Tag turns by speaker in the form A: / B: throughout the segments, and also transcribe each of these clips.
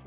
A: Se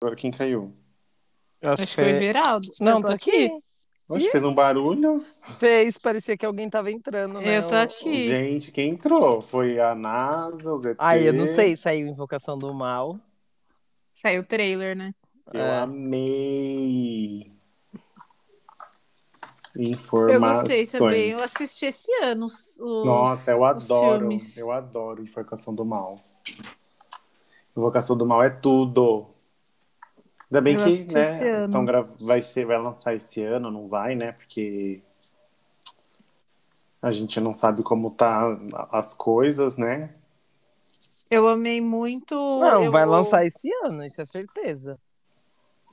B: Agora quem caiu?
C: Acho que foi
B: é
C: o Everaldo.
A: Não,
C: Eu
A: tô aqui.
B: Oxe, fez um barulho.
A: Fez, parecia que alguém tava entrando, né?
C: Eu tô aqui.
B: Gente, quem entrou? Foi a NASA, o ZT.
A: Ai, eu não sei, saiu Invocação do Mal.
C: Saiu o trailer, né?
B: Eu
A: É.
B: amei.
D: Eu
B: Informações.
D: gostei também. Eu assisti esse ano os, os-
B: Nossa, eu
D: os
B: adoro.
D: filmes.
B: Eu adoro Invocação do Mal. Invocação do Mal é tudo. Ainda bem
D: Eu
B: que,
D: assisti esse
B: né,
D: ano.
B: então gra- vai ser, vai lançar esse ano, não vai, né? Porque a gente não sabe como tá as coisas, né?
D: Eu amei muito.
A: Não,
D: eu-
A: vai lançar esse ano, isso é certeza.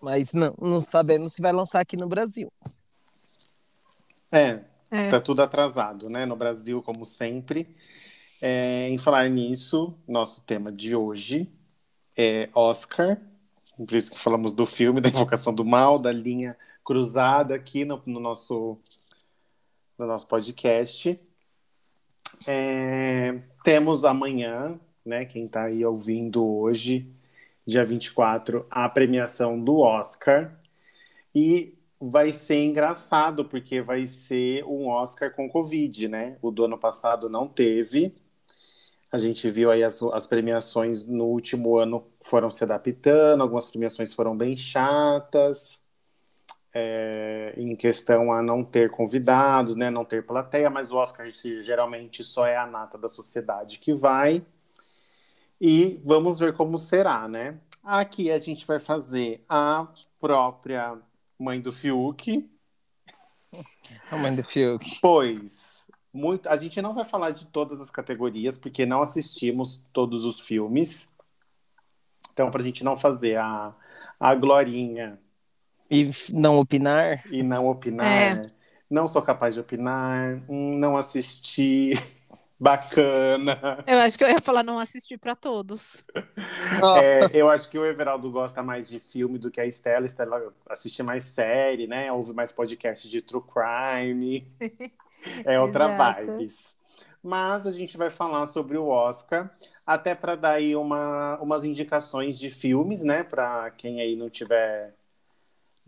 A: Mas não, não sabemos se vai lançar aqui no Brasil.
B: É,
D: É.
B: tá tudo atrasado, né? No Brasil, como sempre. É, em falar nisso, nosso tema de hoje é Oscar. Por isso que falamos do filme, da Invocação do Mal, da linha cruzada aqui no, no nosso, no nosso podcast. É, temos amanhã, né? Quem tá aí ouvindo hoje, dia 24, a premiação do Oscar. E vai ser engraçado, porque vai ser um Oscar com Covid, né? O do ano passado não teve. A gente viu aí as, as premiações no último ano foram se adaptando, algumas premiações foram bem chatas, é, em questão a não ter convidados, né? Não ter plateia, mas o Oscar se- geralmente só é a nata da sociedade que vai. E vamos ver como será, né? Aqui a gente vai fazer a própria mãe do Fiuk,
A: A mãe do Fiuk.
B: pois muito, a gente não vai falar de todas as categorias porque não assistimos todos os filmes. Então, para a gente não fazer a, a glorinha
A: E f- não opinar?
B: e não opinar,
D: É.
B: não sou capaz de opinar, hum, não assisti, bacana.
C: Eu acho que eu ia falar não assistir pra todos.
A: Nossa,
B: É, eu acho que o Everaldo gosta mais de filme do que a Estela. A Estela assiste mais série, né? Ouve mais podcast de true crime. É outra
D: Exato.
B: vibes. Mas a gente vai falar sobre o Oscar, até para dar aí uma, umas indicações de filmes, né? Para quem aí não tiver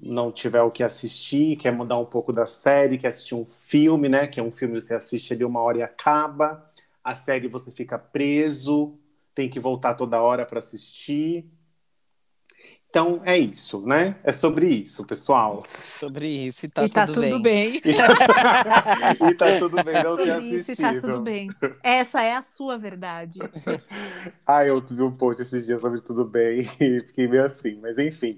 B: não tiver o que assistir, quer mudar um pouco da série, quer assistir um filme, né? Que é um filme que você assiste ali uma hora e acaba. A série você fica preso, tem que voltar toda hora para assistir. Então é isso, né? É sobre isso, pessoal.
A: sobre isso, e tá,
C: e tá
A: tudo, bem.
B: E tá, e tá tudo bem não ter
D: Sobre isso e tá
B: assistido.
D: tudo bem. Essa é a sua verdade.
B: Ah, eu vi um post esses dias sobre Tudo Bem e fiquei meio assim, mas enfim.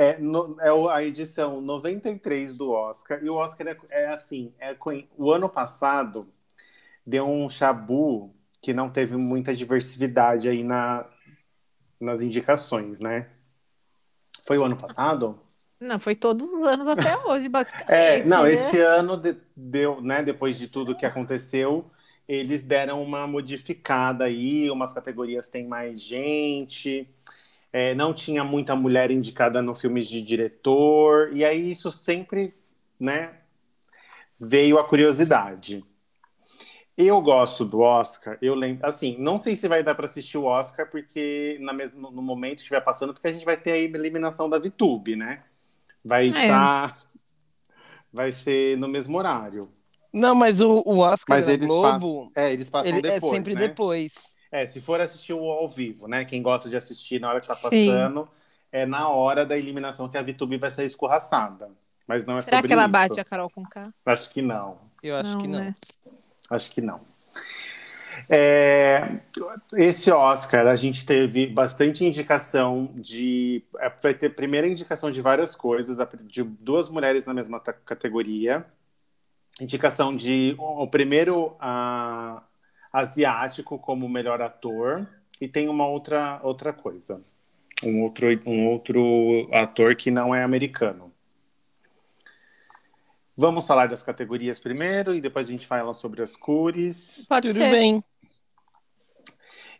B: É, no- é o- a edição 93 do Oscar, e o Oscar é, é assim, é co- o ano passado deu um chabu que não teve muita diversidade aí na, nas indicações, né? Foi o ano passado?
D: Não, foi todos os anos até hoje, basicamente.
B: É, não,
D: né?
B: esse ano de- deu, né? Depois de tudo que aconteceu, eles deram uma modificada aí, umas categorias têm mais gente, é, não tinha muita mulher indicada no filme de diretor, e aí isso sempre, né, veio a curiosidade. Eu gosto do Oscar, eu lembro, assim, não sei se vai dar para assistir o Oscar, porque na mes- no no momento que estiver passando, porque a gente vai ter aí a eliminação da VTube, né? Vai
D: É.
B: estar vai ser no mesmo horário.
A: Não, mas o, o Oscar
B: Mas
A: da
B: eles
A: Globo,
B: É, eles passam
A: ele
B: depois,
A: é sempre
B: né?
A: depois.
B: É, se for assistir o ao vivo, né? Quem gosta de assistir na hora que tá
D: Sim.
B: passando, é na hora da eliminação que a VTube vai ser escorraçada. Mas não é
D: Será
B: sobre
D: que ela
B: isso.
D: bate a Carol com K?
B: Acho que não.
A: Eu acho que não.
D: né?
B: Acho que não. É, esse Oscar, a gente teve bastante indicação de. é, Vai ter primeira indicação de várias coisas, a- de duas mulheres na mesma ta- categoria. Indicação de o o primeiro ah, asiático como melhor ator. E tem uma outra, outra coisa. Um outro, um outro ator que não é americano. Vamos falar das categorias primeiro e depois a gente fala sobre as cores.
D: Pode
A: Ah, Tudo
D: ser.
A: bem.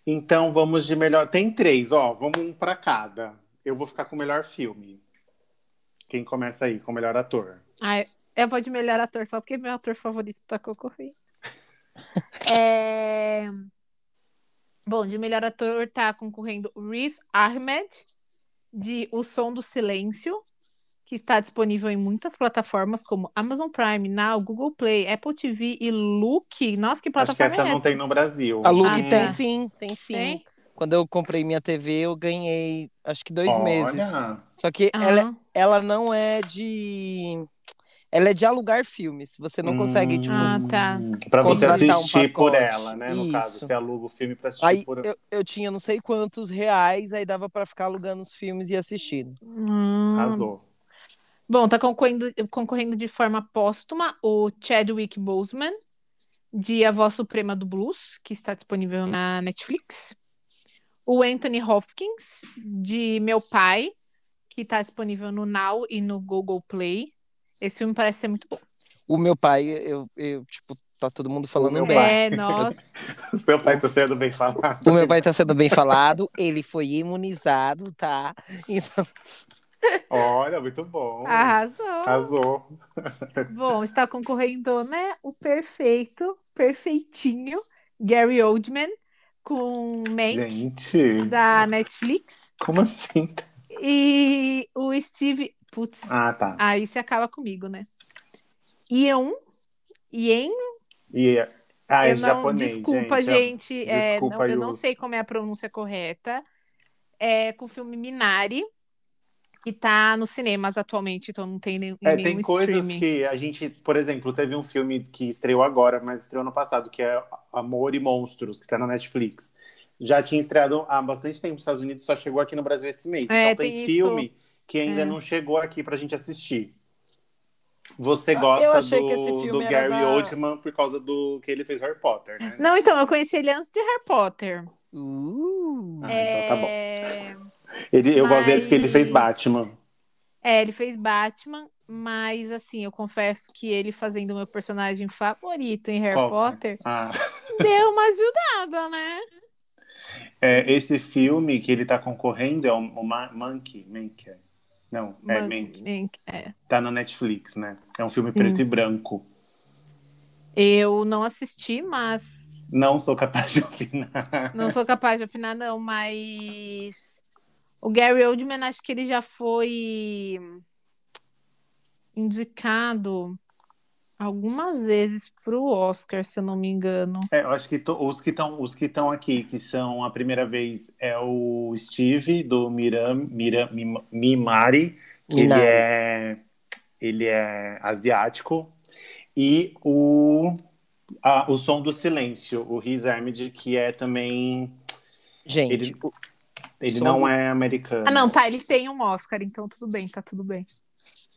B: Então vamos de melhor. Tem três, ó. Vamos um pra cada. Eu vou ficar com o melhor filme. Quem começa aí com o melhor ator?
D: Ah, eu vou de melhor ator só porque meu ator favorito tá concorrendo. É... Bom, de melhor ator tá concorrendo o Riz Ahmed de O Som do Silêncio, que está disponível em muitas plataformas como Amazon Prime, Now, Google Play, Apple TV e Look. Nossa, que
B: Acho que
D: plataforma
B: essa
D: é
B: não
D: essa?
B: tem no Brasil.
A: A Luke
D: Ah,
A: tem né?
D: tá.
A: sim, tem sim.
D: Tem?
A: Quando eu comprei minha TV, eu ganhei acho que dois
B: Olha,
A: meses. Só que
D: Ah,
A: ela, ela não é de. Ela é de alugar filmes. Você não consegue,
B: Hum.
A: tipo.
D: Ah, tá.
B: Pra você
A: Contratar um
B: assistir por
A: pacote.
B: ela, né? No
A: Isso.
B: caso, você aluga o filme pra assistir
A: Aí
B: por
A: eu, eu tinha não sei quantos reais, aí dava pra ficar alugando os filmes e assistindo.
D: Hum.
B: Arrasou.
D: Bom, tá concorrendo, concorrendo de forma póstuma o Chadwick Boseman, de A Voz Suprema do Blues, que está disponível na Netflix. O Anthony Hopkins, de Meu Pai, que está disponível no Now e no Google Play. Esse filme parece ser muito bom.
A: O meu pai, eu, eu, tipo, tá todo mundo falando
B: meu
A: bem.
B: pai.
D: É, nossa.
B: Seu pai tá sendo bem falado.
A: O meu pai tá sendo bem falado, ele foi imunizado, tá? Então,
B: Olha, muito bom.
D: Arrasou.
B: Arrasou.
D: Bom, está concorrendo, né? O perfeito, perfeitinho, Gary Oldman, com Mank,
B: Gente,
D: da Netflix.
B: como assim?
D: E o Steve. Putz,
B: Ah, tá.
D: aí você acaba comigo, né? Ion. Ien.
B: E ah, é
D: eu não,
B: japonês,
D: desculpa,
B: É-
D: gente. é,
B: Desculpa
D: não-
B: aí
D: eu não
B: os-
D: sei como é a pronúncia correta. É com o filme Minari, que tá nos cinemas atualmente, então não tem nem,
B: É,
D: nenhum
B: tem coisas
D: streaming.
B: que a gente, por exemplo, teve um filme que estreou agora, mas estreou ano passado, que é Amor e Monstros, que tá na Netflix. Já tinha estreado há bastante tempo nos Estados Unidos, só chegou aqui no Brasil esse mês.
D: É,
B: então tem,
D: tem isso.
B: filme que ainda
D: É.
B: não chegou aqui pra gente assistir. Você
A: Ah,
B: gosta
A: eu achei
B: do,
A: que esse filme
B: do
A: era
B: Gary
A: da-
B: Oldman por causa do que ele fez Harry Potter, né?
D: Não, então, eu conheci ele antes de Harry Potter.
A: uh,
B: Ah, então tá bom.
D: É,
B: Ele, eu gosto dele porque ele fez
D: Mas-
B: Batman.
D: é, ele fez Batman, mas assim, eu confesso que ele fazendo o meu personagem favorito em Harry
B: Qual que é?
D: Potter.
B: Ah.
D: Deu uma ajudada, né?
B: É, esse filme que ele tá concorrendo é o, o Ma- Monkey, Monkey. Não, é
D: Uma-
B: Monkey.
D: É.
B: Tá na Netflix, né? É um filme
D: Sim.
B: preto e branco.
D: Eu não assisti, mas
B: Não sou capaz de opinar.
D: não sou capaz de opinar, não. Mas o Gary Oldman, acho que ele já foi indicado algumas vezes pro Oscar, se eu não me engano.
B: É, eu acho que to- os que estão os que estão aqui, que são a primeira vez é o Steve do Miram, Miram, Mim- Mimari, que
A: Minari.
B: ele é ele é asiático e o a- o som do silêncio, o Riz Ahmed, que é também
A: gente,
B: ele, ele
A: Som
B: não
A: do-
B: é americano.
D: Ah, não, tá, ele tem um Oscar, então tudo bem, tá tudo bem.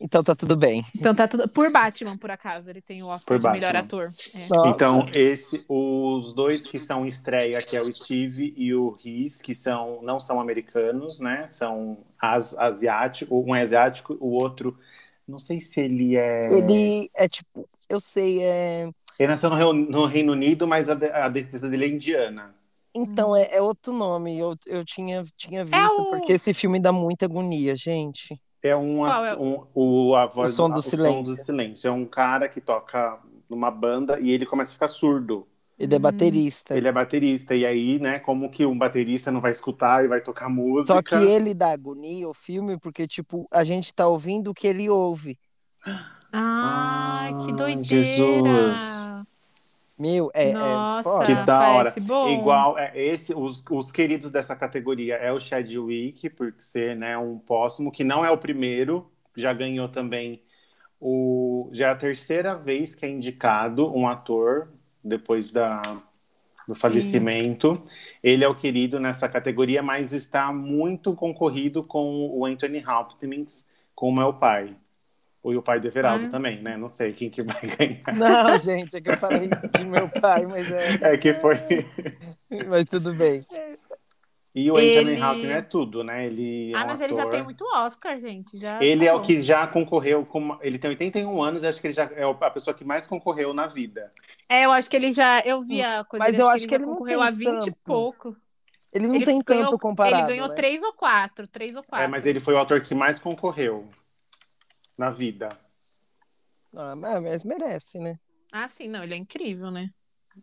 A: então tá tudo bem.
D: Então tá tudo. Por Batman, por acaso, ele tem o
B: Por
D: Oscar de melhor
B: Batman.
D: ator. É.
A: Nossa.
B: Então, esse, os dois que são estreia, que é o Steve e o Riz, que são, não são americanos, né? São as, asiático, um é asiático, o outro. Não sei se ele é.
A: ele é tipo, eu sei, é.
B: Ele nasceu no, Reu- no Reino Unido, mas a, de- a descendência dele é indiana.
A: Então, é, é outro nome. Eu, eu tinha, tinha visto,
D: Hum. É o-
A: porque esse filme dá muita agonia, gente.
B: É um,
D: Qual é?
B: um- o, a voz,
A: O Som do
B: a-
A: Silêncio.
B: do silêncio. É um cara que toca numa banda e ele começa a ficar surdo.
A: Ele é
D: Hum.
A: baterista.
B: Ele é baterista. E aí, né, como que um baterista não vai escutar e vai tocar música?
A: Só que ele dá agonia, o filme, porque, tipo, a gente tá ouvindo o que ele ouve.
D: Ai, que
B: Ai,
D: doideira!
B: Jesus.
A: Meu, é, é
D: Nossa,
A: foda.
B: Que da hora.
D: parece bom.
B: Igual é, esse, os, os queridos dessa categoria é o Chadwick, por ser né, um póstumo, que não é o primeiro, já ganhou também O, já é a terceira vez que é indicado um ator depois da, do falecimento. Ele é o querido nessa categoria, mas está muito concorrido com o Anthony Hopkins, como é o pai. Ou e o pai do Everaldo
D: Ah.
B: também, né? Não sei quem que vai ganhar.
E: Não, gente, é que eu falei de meu pai, mas é.
B: É que foi.
A: assim,
E: Mas tudo bem.
B: E o Anthony
D: Ele-
B: Hopkins é tudo, né? Ele é
D: Ah,
B: um
D: mas ele já
B: ator.
D: tem muito Oscar, gente. Já
B: Ele é
D: tá
B: o
D: bom.
B: que já concorreu com. Ele tem 81 anos, e acho que ele já é a pessoa que mais concorreu na vida.
D: É, eu acho que ele já. Eu vi a coisa.
E: Mas
D: dele,
E: eu acho que ele
D: já
E: não
D: concorreu
E: tem
D: a 20 e
E: tanto.
D: pouco.
E: Ele não
D: Ele
E: tem
D: ganhou-
E: tanto comparado.
D: Ele ganhou
E: né?
D: três ou quatro, três ou quatro.
B: É, mas ele foi o ator que mais concorreu na vida.
E: Ah, mas mas merece, né?
D: Ah, sim, não, ele é incrível, né?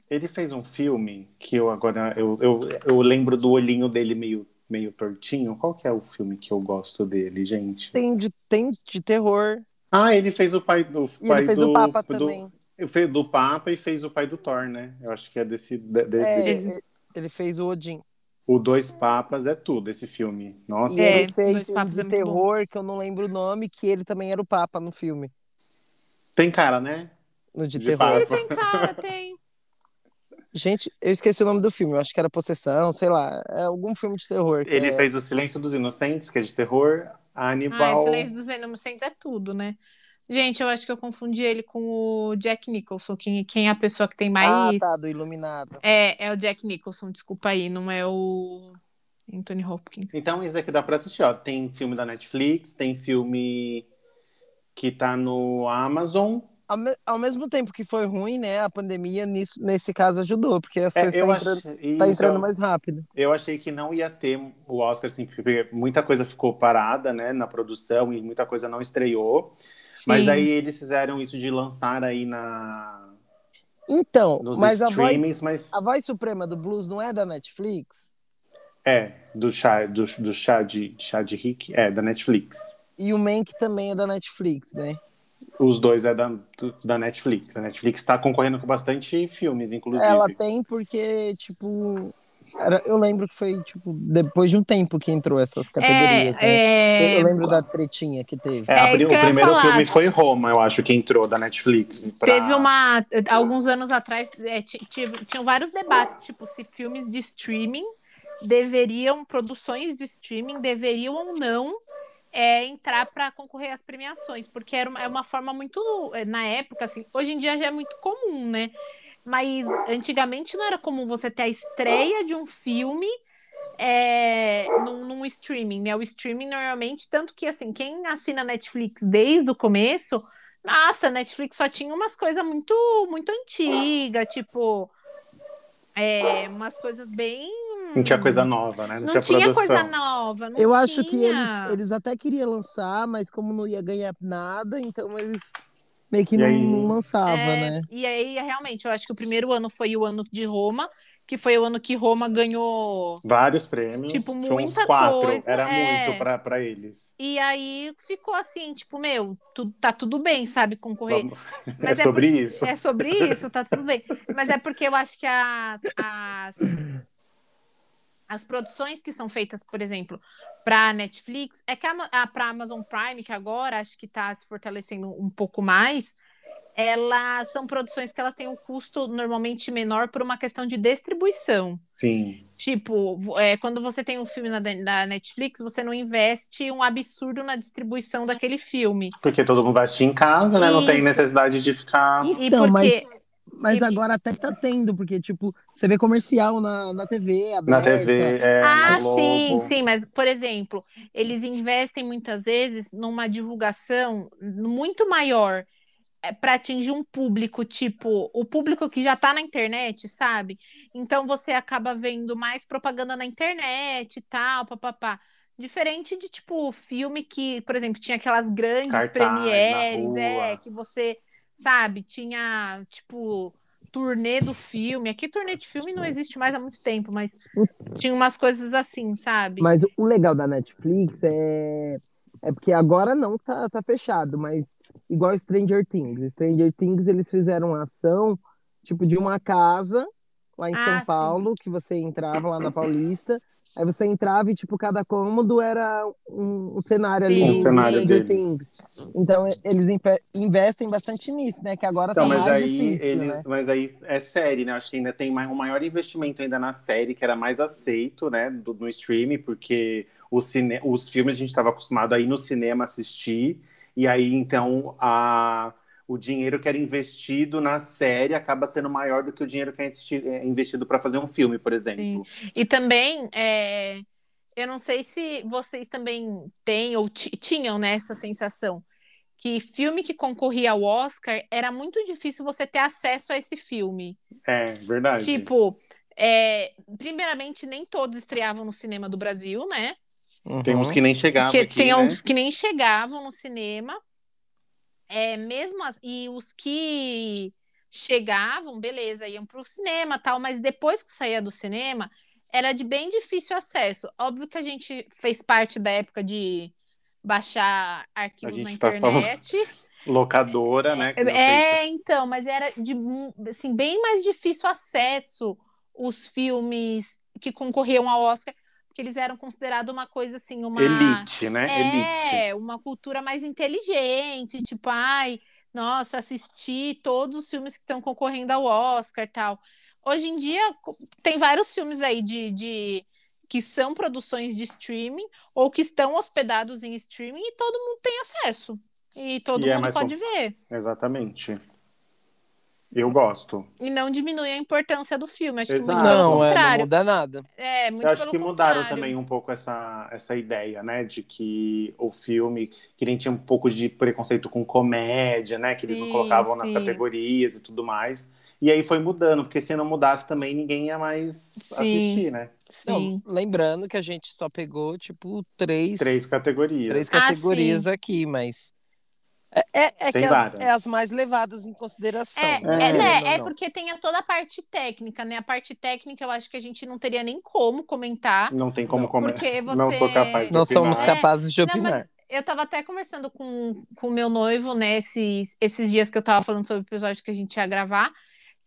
B: Ele fez um filme que eu agora eu, eu, eu lembro do olhinho dele meio meio tortinho. Qual que é o filme que eu gosto dele, gente?
E: Tem de, tem de terror.
B: Ah, ele fez o pai do
E: E
B: pai
E: ele fez
B: do,
E: o Papa
B: do,
E: também.
B: fez do Papa e fez o pai do Thor, né? Eu acho que é desse, de- de-
E: É,
B: de-
E: ele- ele fez o Odin.
B: o dois papas é tudo esse filme. Nossa,
E: E
D: É,
E: ele fez
D: Dois
E: o
D: Papas
E: de
D: é muito bom.
E: terror, que eu não lembro o nome, que ele também era o Papa no filme.
B: tem cara, né?
E: No de,
B: De
E: terror.
B: Papa.
D: Ele tem cara, tem. Ah,
E: Gente, eu esqueci o nome do filme. Eu acho que era Possessão, sei lá. É algum filme de terror. que
B: Ele
E: é-
B: fez o Silêncio dos Inocentes, que é de terror.
D: Ah,
B: Hannibal.
D: Silêncio dos Inocentes é tudo, né? Gente, eu acho que eu confundi ele com o Jack Nicholson, quem, quem é a pessoa que tem mais.
E: Ah, tá, do Iluminado.
D: É, é o Jack Nicholson, desculpa aí, não é o Anthony Hopkins.
B: Então, isso daqui dá pra assistir, ó. Tem filme da Netflix, tem filme que tá no Amazon.
E: Ao, me- ao mesmo tempo que foi ruim, né? A pandemia, nisso, nesse caso, ajudou, porque as
B: É,
E: coisas
B: eu,
E: estão
B: ach-
E: entrando,
B: isso,
E: tá entrando mais rápido.
B: eu achei que não ia ter o Oscar, assim, porque muita coisa ficou parada, né, na produção e muita coisa não estreou. Mas
D: Sim.
B: aí eles fizeram isso de lançar aí na,
E: Então,
B: nos
E: mas a voz,
B: streamings, mas
E: a voz suprema do blues não é da Netflix?
B: é, do chá, do, do chá de, chá de Rick, é, da Netflix.
E: E o Mank também é da Netflix, né?
B: Os dois é da, da Netflix. A Netflix tá concorrendo com bastante filmes, inclusive.
E: Ela tem porque, tipo. era- eu lembro que foi, tipo, depois de um tempo que entrou essas categorias. né?
D: é,
E: Eu lembro da tretinha que teve.
B: É,
D: É
B: a pri-
D: isso que eu
B: o
D: ia
B: primeiro
D: falar.
B: filme foi Roma, eu acho, que entrou da Netflix. pra-
D: Teve uma. Alguns anos atrás, é, ti- tive- tinham vários debates, tipo, se filmes de streaming deveriam, produções de streaming deveriam ou não é, entrar para concorrer às premiações, porque era uma, é uma forma muito. é, Na época, assim, hoje em dia já é muito comum, né? Mas antigamente não era comum você ter a estreia de um filme é, num, num streaming, né? O streaming normalmente, tanto que assim, quem assina Netflix desde o começo nossa, a Netflix só tinha umas coisas muito, muito antigas, tipo. É, umas coisas bem.
B: Não tinha coisa nova, né? Não,
D: Hum. Não tinha
B: produção.
D: coisa nova. Não
E: Eu acho que
D: tinha.
E: eles, eles até queriam lançar, mas como não ia ganhar nada, então eles meio que
B: E
E: não,
B: aí?
E: não lançava,
D: É,
E: né?
D: E aí, realmente, eu acho que o primeiro ano foi o ano de Roma, que foi o ano que Roma ganhou.
B: Vários prêmios.
D: Tipo,
B: tinha uns
D: muita
B: quatro.
D: coisa,
B: Era
D: é.
B: muito pra, pra eles.
D: E aí ficou assim, tipo, meu, tu- tá tudo bem, sabe, concorrer.
B: Vamos- É
D: Mas é
B: sobre isso.
D: É sobre isso, tá tudo bem. Mas é porque eu acho que as, as, as produções que são feitas, por exemplo, para Netflix, é que a, Ma- a, pra Amazon Prime, que agora acho que tá se fortalecendo um pouco mais, elas são produções que elas têm um custo normalmente menor por uma questão de distribuição.
B: Sim.
D: Tipo, vo- é, quando você tem um filme na, na Netflix, você não investe um absurdo na distribuição daquele filme.
B: Porque todo mundo vai assistir em casa, né? Não tem
D: Isso.
B: necessidade de ficar.
D: E
E: Então,
D: porque...
E: mas, mas
D: e-
E: agora até tá tendo, porque, tipo, você vê comercial na, na TV, aberta.
B: Na TV, é,
D: Ah,
B: na Globo.
D: sim, sim, mas, por exemplo, eles investem muitas vezes numa divulgação muito maior para atingir um público, tipo, o público que já tá na internet, sabe? Então você acaba vendo mais propaganda na internet e tal, papapá. Diferente de, tipo, filme que, por exemplo, tinha aquelas grandes
B: Cartaz na
D: premieres,
B: rua.
D: é, que você, sabe, tinha, tipo, turnê do filme. Aqui turnê de filme não existe mais há muito tempo, mas tinha umas coisas assim, sabe?
E: Mas o legal da Netflix é, é porque agora não tá, tá fechado, mas igual Stranger Things. Stranger Things eles fizeram uma ação tipo de uma casa lá em
D: Ah,
E: São
D: sim.
E: Paulo que você entrava lá na Paulista. Aí você entrava e, tipo, cada cômodo era um, um cenário ali.
B: Um
E: do
B: cenário
E: Stranger
B: deles.
E: Things. Então, e- eles inve- investem bastante nisso, né? Que agora
B: Então,
E: tá
B: mas
E: mais
B: aí
E: difícil,
B: eles,
E: né?
B: mas aí é série, né? Acho que ainda tem mai- um maior investimento ainda na série, que era mais aceito, né, do, no streaming, porque o cine, os filmes a gente estava acostumado a ir no cinema assistir, e aí então a, o dinheiro que era investido na série acaba sendo maior do que o dinheiro que é investi- é investido para fazer um filme, por exemplo.
D: E também, é, eu não sei se vocês também têm ou ti- tinham né, essa sensação que filme que concorria ao Oscar era muito difícil você ter acesso a esse filme.
B: É, verdade.
D: Tipo, é, primeiramente, nem todos estreavam no cinema do Brasil, né?
E: Uhum.
B: tem uns que nem chegavam
D: que
B: aqui,
D: tem
B: né?
D: uns que nem chegavam no cinema. É, mesmo as- e os que chegavam, beleza, iam para o cinema, tal, mas depois que saía do cinema, era de bem difícil acesso. Óbvio que a gente fez parte da época de baixar arquivos
B: gente
D: na
B: tá falando-
D: internet.
B: Locadora, né? que não tem-
D: É, então, mas era de, mu- assim, bem mais difícil acesso os filmes que concorriam ao Oscar, porque eles eram considerados uma coisa assim, uma
B: Elite, né? Elite.
D: é, uma cultura mais inteligente, tipo, ai, nossa, assisti todos os filmes que estão concorrendo ao Oscar, tal. Hoje em dia co- tem vários filmes aí de, de- que são produções de streaming ou que estão hospedados em streaming e todo mundo tem acesso. E todo
B: E é
D: mundo
B: mais
D: pode ver.
B: Exatamente. Eu gosto.
D: E não diminui a importância do filme. Acho
B: Exato.
D: que muito pelo
B: Não,
E: Não, é, não
D: contrário.
E: muda nada.
D: É, muito
B: Eu acho
D: pelo
B: que mudaram
D: contrário.
B: também um pouco essa, essa ideia, né? De que o filme, que nem tinha um pouco de preconceito com comédia, né? Que eles não
D: Sim,
B: colocavam nas
D: sim.
B: categorias e tudo mais. E aí foi mudando, porque se não mudasse também ninguém ia mais assistir, né?
E: Não,
D: Sim.
E: lembrando que a gente só pegou, tipo, três,
B: Três categorias.
E: três
D: Ah,
E: categorias aqui, mas. É, é- é
B: Tem
E: que as,
B: várias.
E: é as mais levadas em consideração.
B: né?
D: É, é, né,
E: Querendo
D: é
E: ou não.
D: porque tem a toda a parte técnica, né? A parte técnica eu acho que a gente não teria nem como comentar,
B: Não tem como
E: Não.
B: comentar.
D: porque você.
B: Não sou capaz de
E: Não somos
B: opinar.
E: capazes de
D: Não, mas
E: opinar.
D: eu tava até conversando com o meu noivo, né, esses, esses dias que eu tava falando sobre o episódio que a gente ia gravar,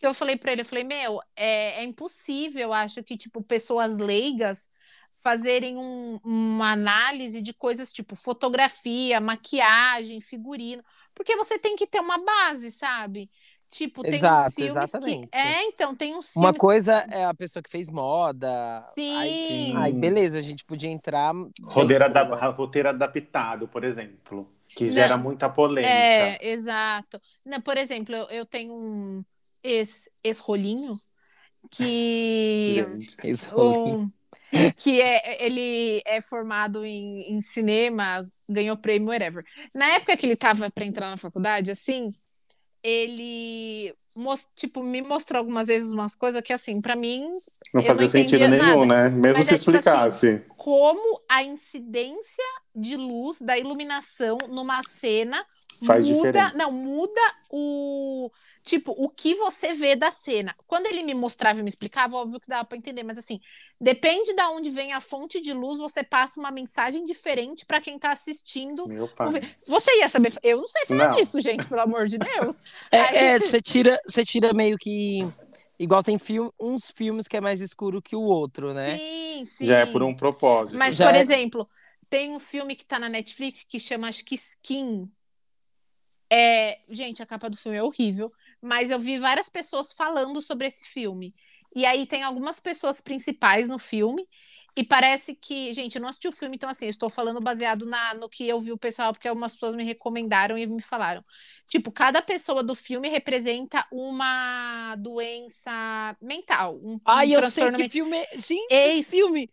D: que eu falei pra ele, eu falei, meu, é, é impossível, eu acho que, tipo, pessoas leigas fazerem um- uma análise de coisas tipo fotografia, maquiagem, figurino, porque você tem que ter uma base, sabe? Tipo, tem uns
E: Exato,
D: filmes
E: exatamente.
D: que... É, então, tem uns
E: Uma
D: filmes...
E: coisa é a pessoa que fez moda. Aí,
D: Sim,
B: Ai,
E: aí beleza, a gente podia entrar. né, bem
B: Roteiro,
E: fora.
B: adap- roteiro adaptado, por exemplo, que gera
D: Não.
B: muita polêmica.
D: É, exato. Né, por exemplo, eu, eu tenho um ex, ex-rolinho que,
B: gente.
E: Esse é rolê.
D: um, que é, ele é formado em, em cinema, ganhou prêmio, whatever. Na época que ele tava para entrar na faculdade, assim, ele mos- tipo, me mostrou algumas vezes umas coisas que, assim, para mim,
B: Não
D: Eu
B: fazia
D: não
B: sentido
D: entendia
B: nenhum, né? Mesmo
D: Mas
B: se
D: é tipo assim,
B: explicasse.
D: como a incidência de luz da iluminação numa cena
B: Faz
D: muda,
B: diferença.
D: não muda o tipo o que você vê da cena. Quando ele me mostrava e me explicava, óbvio que dava para entender, mas assim depende da onde vem a fonte de luz, você passa uma mensagem diferente para quem tá assistindo.
B: Meu pai.
D: Você ia saber? Eu não sei falar
B: Não.
D: disso, gente, pelo amor de Deus. Aí-
E: É, é, você tira, você tira meio que. Igual tem filme, uns filmes que é mais escuro que o outro, né?
D: Sim, sim.
B: Já é por um propósito.
D: Mas,
E: Já
D: por
E: é-
D: exemplo, tem um filme que tá na Netflix que chama, acho que Skin. É, gente, a capa do filme é horrível, mas eu vi várias pessoas falando sobre esse filme. E aí tem algumas pessoas principais no filme, e parece que, gente, eu não assisti o filme, então assim, eu estou falando baseado na, no que eu vi o pessoal, porque algumas pessoas me recomendaram e me falaram. Tipo, cada pessoa do filme representa uma doença mental, um, um
E: Ai, eu sei
D: transtorno
E: que filme. é- Gente,
D: É
E: esse
D: isso.
E: filme.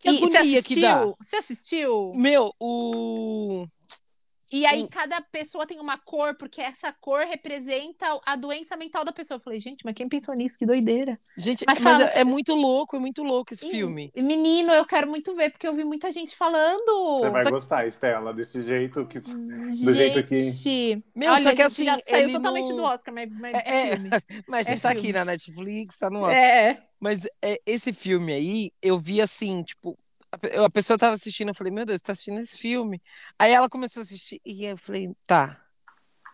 E: Que
D: e você
E: agonia que dá.
D: assistiu? Você assistiu?
E: Meu, o.
D: E aí
E: Hum.
D: cada pessoa tem uma cor, porque essa cor representa a doença mental da pessoa. Eu falei, gente, mas quem pensou nisso? Que doideira.
E: Gente,
D: Mas
E: mas,
D: fala-
E: é, é muito louco, é muito louco esse
D: Ih,
E: filme.
D: Menino, eu quero muito ver, porque eu vi muita gente falando.
B: Você vai gostar, Estela, desse jeito que.
D: Gente,
B: jeito que-
E: Meu,
D: olha,
E: só que
D: gente,
E: assim.
D: já saiu
E: ele
D: totalmente
E: não-
D: do Oscar, mas, mas
E: É, é.
D: filme.
E: Mas a gente
D: É
E: tá
D: filme.
E: aqui na Netflix, tá no Oscar.
D: É.
E: Mas é, esse filme aí, eu vi assim, tipo, a, pe- a pessoa tava assistindo, eu falei, meu Deus, você tá assistindo esse filme? Aí ela começou a assistir, e eu falei, tá.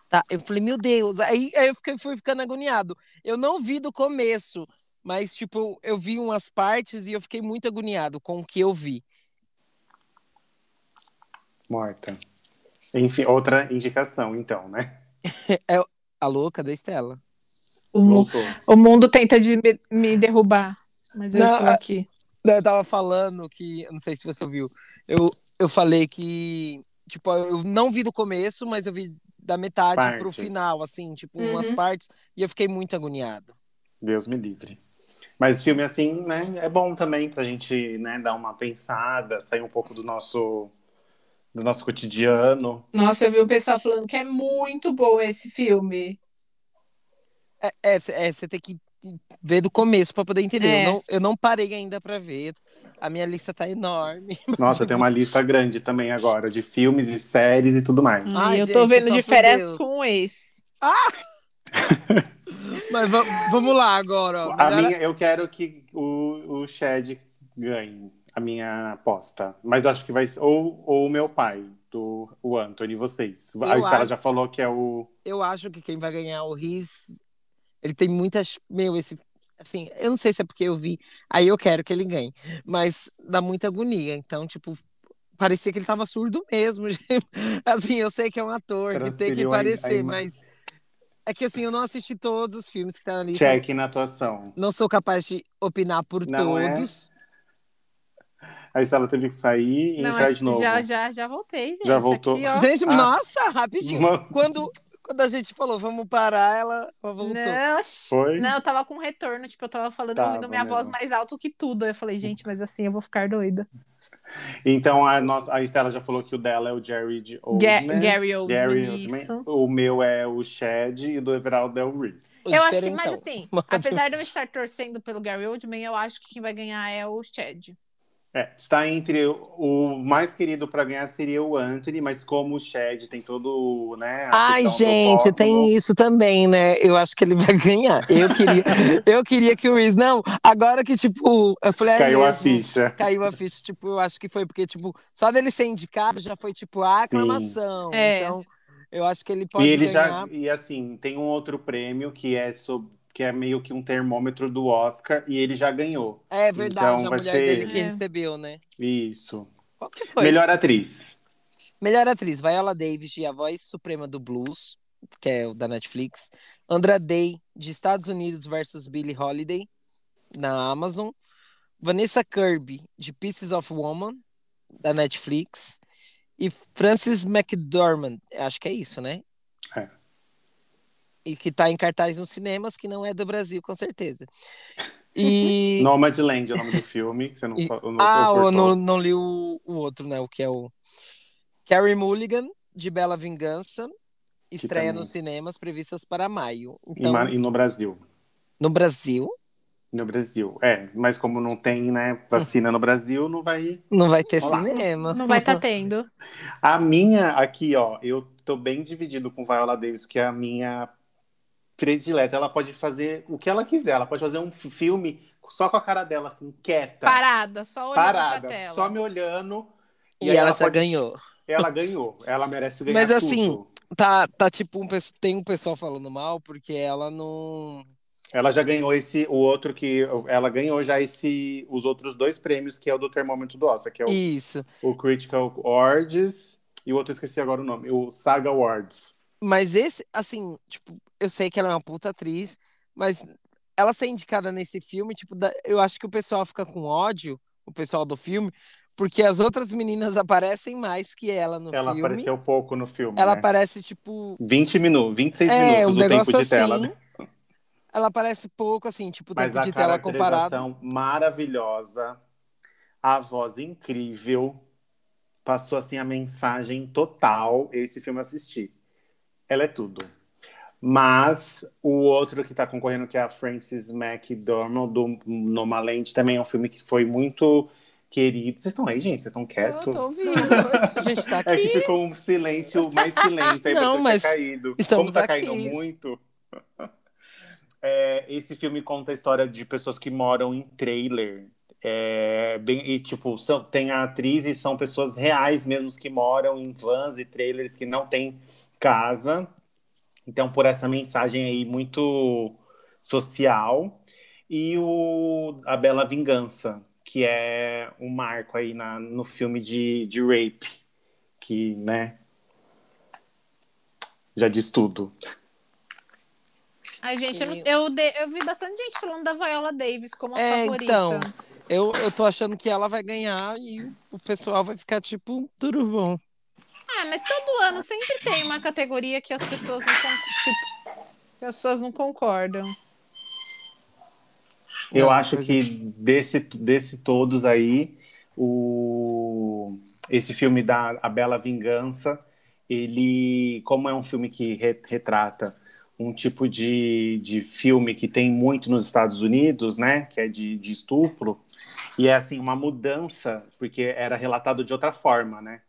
E: Tá. Eu falei, meu Deus. Aí, aí eu fiquei, fui ficando agoniado. Eu não vi do começo. Mas, tipo, eu vi umas partes e eu fiquei muito agoniado com o que eu vi.
B: Morta. Enfim, outra indicação, então, né?
E: Alô, cadê a Estela?
D: O, mu-
B: Voltou.
D: o mundo tenta de me, me derrubar, mas eu
E: Não,
D: estou
E: a-
D: aqui.
E: Não, Eu tava falando que, eu não sei se você ouviu, eu, eu falei que, tipo, eu não vi do começo, mas eu vi da metade pro
B: Partes.
E: final, assim, tipo, umas
D: Uhum.
E: partes, e eu fiquei muito agoniado.
B: Deus me livre. Mas filme assim, né, é bom também pra gente, né, dar uma pensada, sair um pouco do nosso do nosso cotidiano.
D: Nossa, eu vi o pessoal falando que é muito bom esse filme.
E: É, é, cê- é, você tem que ver do começo pra poder entender.
D: É.
E: Eu, não, eu não parei ainda pra ver, a minha lista tá enorme.
B: Nossa, tem uma lista grande também agora de filmes e séries e tudo mais.
E: Ai,
D: e eu tô
E: gente,
D: vendo
E: só
D: de
E: por
D: férias
E: Deus.
D: com esse.
E: Mas va- vamos lá agora, ó.
B: A
E: Melhor-
B: minha, eu quero que o, o Shed ganhe a minha aposta. Mas eu acho que vai ser ou, ou o meu pai, do o Anthony, vocês.
E: Eu
B: a Estela
E: acho-
B: já falou que é o
E: eu acho que quem vai ganhar o Riz, ele tem muitas. Meu, esse. Assim, eu não sei se é porque eu vi, aí eu quero que ele ganhe, mas dá muita agonia. Então, tipo, parecia que ele tava surdo mesmo. gente. Assim, eu sei que é um ator, que tem que
B: Transferiu a- a
E: parecer,
B: imagem.
E: mas. É que assim, eu não assisti todos os filmes que tá na lista.
B: check na atuação.
E: Não sou capaz de opinar por
B: Não é?
E: todos.
B: A Estela teve que sair e
D: Não,
B: entrar
D: acho
B: tá de
D: que
B: novo.
D: Já, já, já voltei, gente.
B: Já voltou.
D: Aqui, ó.
E: Gente,
B: Ah.
E: nossa, rapidinho.
B: Uma-
E: Quando, quando a gente falou, vamos parar, ela ela voltou.
D: Não, oxi.
B: Foi?
D: Não, eu tava com retorno, tipo, eu tava falando,
B: Tava
D: ouvindo minha
B: mesmo.
D: voz mais alto que tudo. Eu falei, gente, mas assim eu vou ficar doida.
B: Então a nossa, a Estela já falou que o dela é o Jared
D: Ga-
B: Oldman.
D: Gary Oldman,
B: né? Gary Oldman.
D: isso.
B: O meu é o Shed e o do Everaldo é o Reese.
E: O
D: Eu acho que,
E: diferentão. um
D: mas assim,
E: Mas-
D: apesar de eu estar torcendo pelo Gary Oldman, eu acho que quem vai ganhar é o Chad.
B: É, está entre o- o mais querido para ganhar seria o Anthony, mas como o Shed tem todo, né? a
E: Ai,
B: questão do
E: gente,
B: rótulo,
E: tem isso também, né? Eu acho que ele vai ganhar. Eu queria, eu queria que o Reese. Não, agora que, tipo, eu falei. é
B: Caiu a
E: mesmo.
B: ficha.
E: Caiu a ficha, tipo, eu acho que foi porque, tipo, só dele ser indicado já foi, tipo, a aclamação.
D: É.
E: Então, eu acho que ele pode
B: e ele
E: ganhar.
B: já e assim tem um outro prêmio que é sob- que é meio que um termômetro do Oscar e ele já ganhou.
E: É verdade,
B: Então,
E: a
B: vai
E: mulher
B: ser-
E: dele que
D: É.
E: recebeu, né?
B: Isso.
E: Qual que foi? Melhor,
B: Melhor atriz.
E: atriz, Viola Davis, de A Voz Suprema do Blues, que é o da Netflix. Andra Day, de Estados Unidos versus Billie Holiday, na Amazon. Vanessa Kirby, de Pieces of Woman, da Netflix. E Frances McDormand, acho que é isso, né?
B: É.
E: E que tá em cartaz nos cinemas, que não é do Brasil, com certeza. E.
B: Nomadland é o nome do filme. que Você não,
E: E-
B: fa- não
E: ah,
B: suportou.
E: eu não, não li o, o outro, né? O que é o. Carrie Mulligan, de Bela Vingança, estreia
B: também-
E: nos cinemas, previstas para maio.
B: E
E: Então,
B: ma- e no Brasil.
E: no Brasil,
B: No Brasil, é. Mas como não tem, né, vacina no Brasil, não vai.
E: não vai ter
B: Olá.
E: cinema.
D: Não vai tá- estar tendo.
B: A minha, aqui, ó, eu tô bem dividido com Viola Davis, que é a minha predileta. Ela pode fazer o que ela quiser, ela pode fazer um f- filme só com a cara dela, assim, quieta,
D: Parada, só olhando
B: parada,
D: pra tela.
B: só me olhando.
E: E, ela, já
B: pode-
E: ganhou.
B: Ela ganhou, ela merece ganhar.
E: Mas, assim,
B: tudo.
E: Tá, tá tipo, um, pes- tem um pessoal falando mal porque ela não.
B: Ela já ganhou esse, o outro que. Ela ganhou já esse, os outros dois prêmios, que é o do termômetro do Oscar, que é o
E: Isso.
B: o Critical Awards e o outro eu esqueci agora o nome, o Saga Awards.
E: Mas esse, assim, tipo, eu sei que ela é uma puta atriz, mas ela ser indicada nesse filme, tipo, dá- eu acho que o pessoal fica com ódio, o pessoal do filme, porque as outras meninas aparecem mais que ela no
B: Ela
E: filme.
B: apareceu pouco no filme,
E: Ela
B: né?
E: aparece, tipo.
B: 20 minutos, 26
E: é, um
B: minutos o tempo
E: negócio
B: de
E: assim.
B: tela, né?
E: Ela aparece pouco, assim, tipo, o
B: Mas
E: tempo
B: a
E: de tela comparado.
B: caracterização maravilhosa, a voz incrível, passou assim a mensagem total. Esse filme eu assisti. Ela é tudo. Mas o outro que tá concorrendo, que é a Frances McDormand, do Nomalente, também é um filme que foi muito querido. Vocês estão aí, gente? Vocês estão quietos?
D: Eu tô ouvindo.
E: A gente tá
B: É que
E: aqui.
B: ficou um silêncio, mais silêncio aí
E: Não,
B: pra
E: mas
B: mas caído.
E: estamos
B: Como tá
E: aqui.
B: caindo muito. É, esse filme conta a história de pessoas que moram em trailer. É, bem, e tipo, são, tem a atriz e são pessoas reais mesmo que moram em vans e trailers que não têm casa. Então, por essa mensagem aí muito social. e o A Bela Vingança, que é um marco aí na, no filme de, de rape, que, né, já diz tudo.
D: Ai, gente, eu, não- eu, de- eu vi bastante gente falando da Viola Davis como a
E: É,
D: favorita.
E: então. Eu, eu tô achando que ela vai ganhar e o pessoal vai ficar tipo, tudo bom.
D: Ah, mas todo ano sempre tem uma categoria que as pessoas não, con- tipo, que as pessoas não concordam.
B: Eu
E: Não,
B: acho
E: pois
B: que desse, desse todos aí, o, esse filme da A Bela Vingança, ele, como é um filme que re- retrata um tipo de, de filme que tem muito nos Estados Unidos, né, que é de, de estupro, e é assim, uma mudança, porque era relatado de outra forma, né?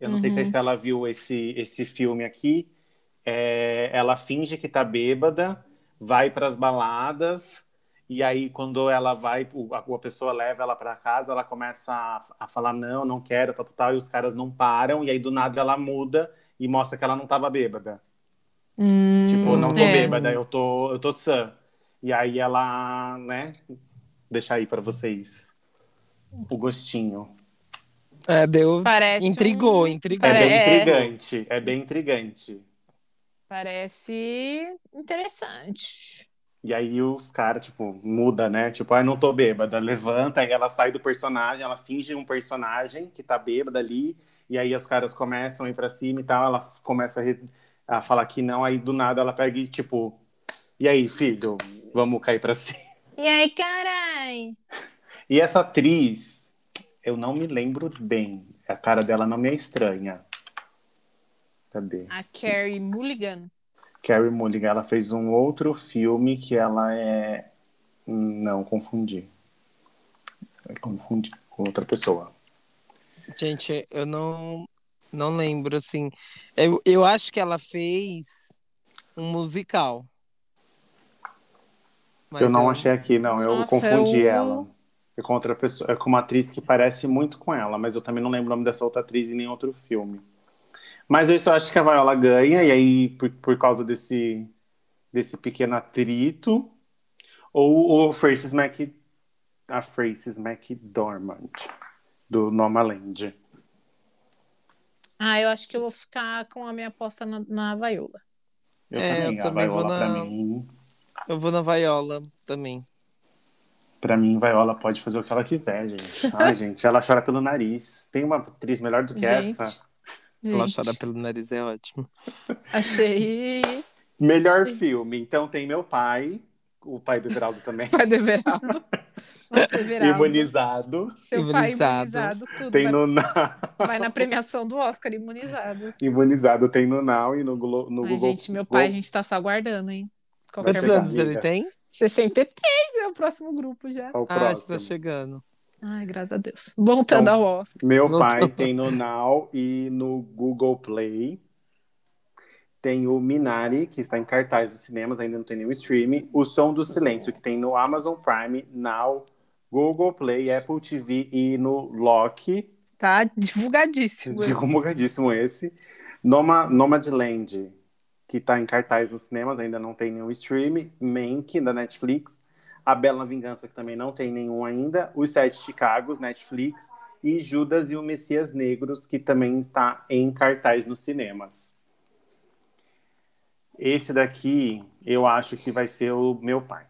B: Eu não sei se a
D: Uhum.
B: Estela viu esse, esse filme aqui. É, ela finge que tá bêbada, vai para as baladas, e aí, quando ela vai, o- a, a pessoa leva ela para casa, ela começa a, a falar: não, não quero, tal, tal, tal, e os caras não param, e aí do nada ela muda e mostra que ela não tava bêbada. tipo, não tô
D: é.
B: bêbada, eu tô, eu tô sã. E aí ela, né, deixa aí para vocês o gostinho.
E: É, deu.
D: Parece
E: Intrigou,
D: um-
E: intrigou.
B: É
D: Cara,
B: bem
D: é-
B: intrigante, é bem intrigante.
D: um, Parece interessante.
B: E aí os caras, tipo, muda, né? Tipo, ai, não tô bêbada. Levanta, aí ela sai do personagem, ela finge um personagem que tá bêbada ali. E aí os caras começam a ir pra cima e tal. Ela f- começa a, re- a falar que não, aí do nada ela pega e, tipo, e aí, filho, vamos cair pra cima.
D: E aí, carai?
B: E essa atriz, eu não me lembro bem. A cara dela não me é estranha. Cadê?
D: A Carrie Mulligan.
B: Carrie Mulligan, ela fez um outro filme que ela é. Hum, Não, confundi. Eu Confundi com outra pessoa.
E: Gente, eu não, não lembro, assim. Eu, eu acho que ela fez um musical. Mas
B: eu não achei aqui, não. Eu
D: Nossa,
B: confundi
D: eu-
B: ela. É com outra pessoa, é com uma atriz que parece muito com ela, mas eu também não lembro o nome dessa outra atriz em nenhum outro filme. Mas eu só acho que a Viola ganha, e aí, por, por causa desse, desse pequeno atrito, ou o Francis Mac, a Francis McDormand, do Nomaland.
D: Ah, eu acho que eu vou ficar com a minha aposta na, na Viola.
B: Eu
E: É,
B: também,
E: eu
B: a
E: também vou
B: Viola pra
E: na-
B: mim.
E: Eu vou na Viola também.
B: Pra mim, Viola pode fazer o que ela quiser, gente. Ai, gente, ela chora pelo nariz. Tem uma atriz melhor do que é
D: Gente.
B: essa?
E: Ela
D: Gente,
E: chora pelo nariz, é ótimo.
D: achei.
B: Melhor filme. Então tem meu pai, o pai do Geraldo também,
D: Pai do Everaldo. Você, Everaldo.
B: imunizado.
D: Seu
E: Imunizado.
D: pai imunizado, tudo.
B: Tem
D: vai,
B: no
D: vai na premiação do Oscar, imunizado.
B: imunizado, tem no Now e no, Glo... no
D: Ai,
B: Google.
D: gente, meu pai, a gente tá só aguardando, hein? Qualquer
E: Quantos
B: pegar,
D: momento.
E: anos
B: amiga?
E: ele tem?
D: 63 é o próximo grupo já.
B: Qual o
E: Ah, acho que tá
B: próximo?
E: chegando.
D: Ai, graças a Deus. Voltando
B: Então-
D: ao Oscar.
B: Meu
E: Não
B: pai tem no Now e no Google Play. Tem o Minari, que está em cartaz nos cinemas, ainda não tem nenhum streaming. O Som do Silêncio, que tem no Amazon Prime, Now, Google Play, Apple TV e no Loki.
D: Tá divulgadíssimo.
B: Divulgadíssimo esse. Noma, Nomadland, que está em cartaz nos cinemas, ainda não tem nenhum streaming. Mank, da Netflix. A Bela Vingança, que também não tem nenhum ainda. Os Sete Chicagos, Netflix. E Judas e o Messias Negros, que também está em cartaz nos cinemas. Esse daqui, eu acho que vai ser o meu pai.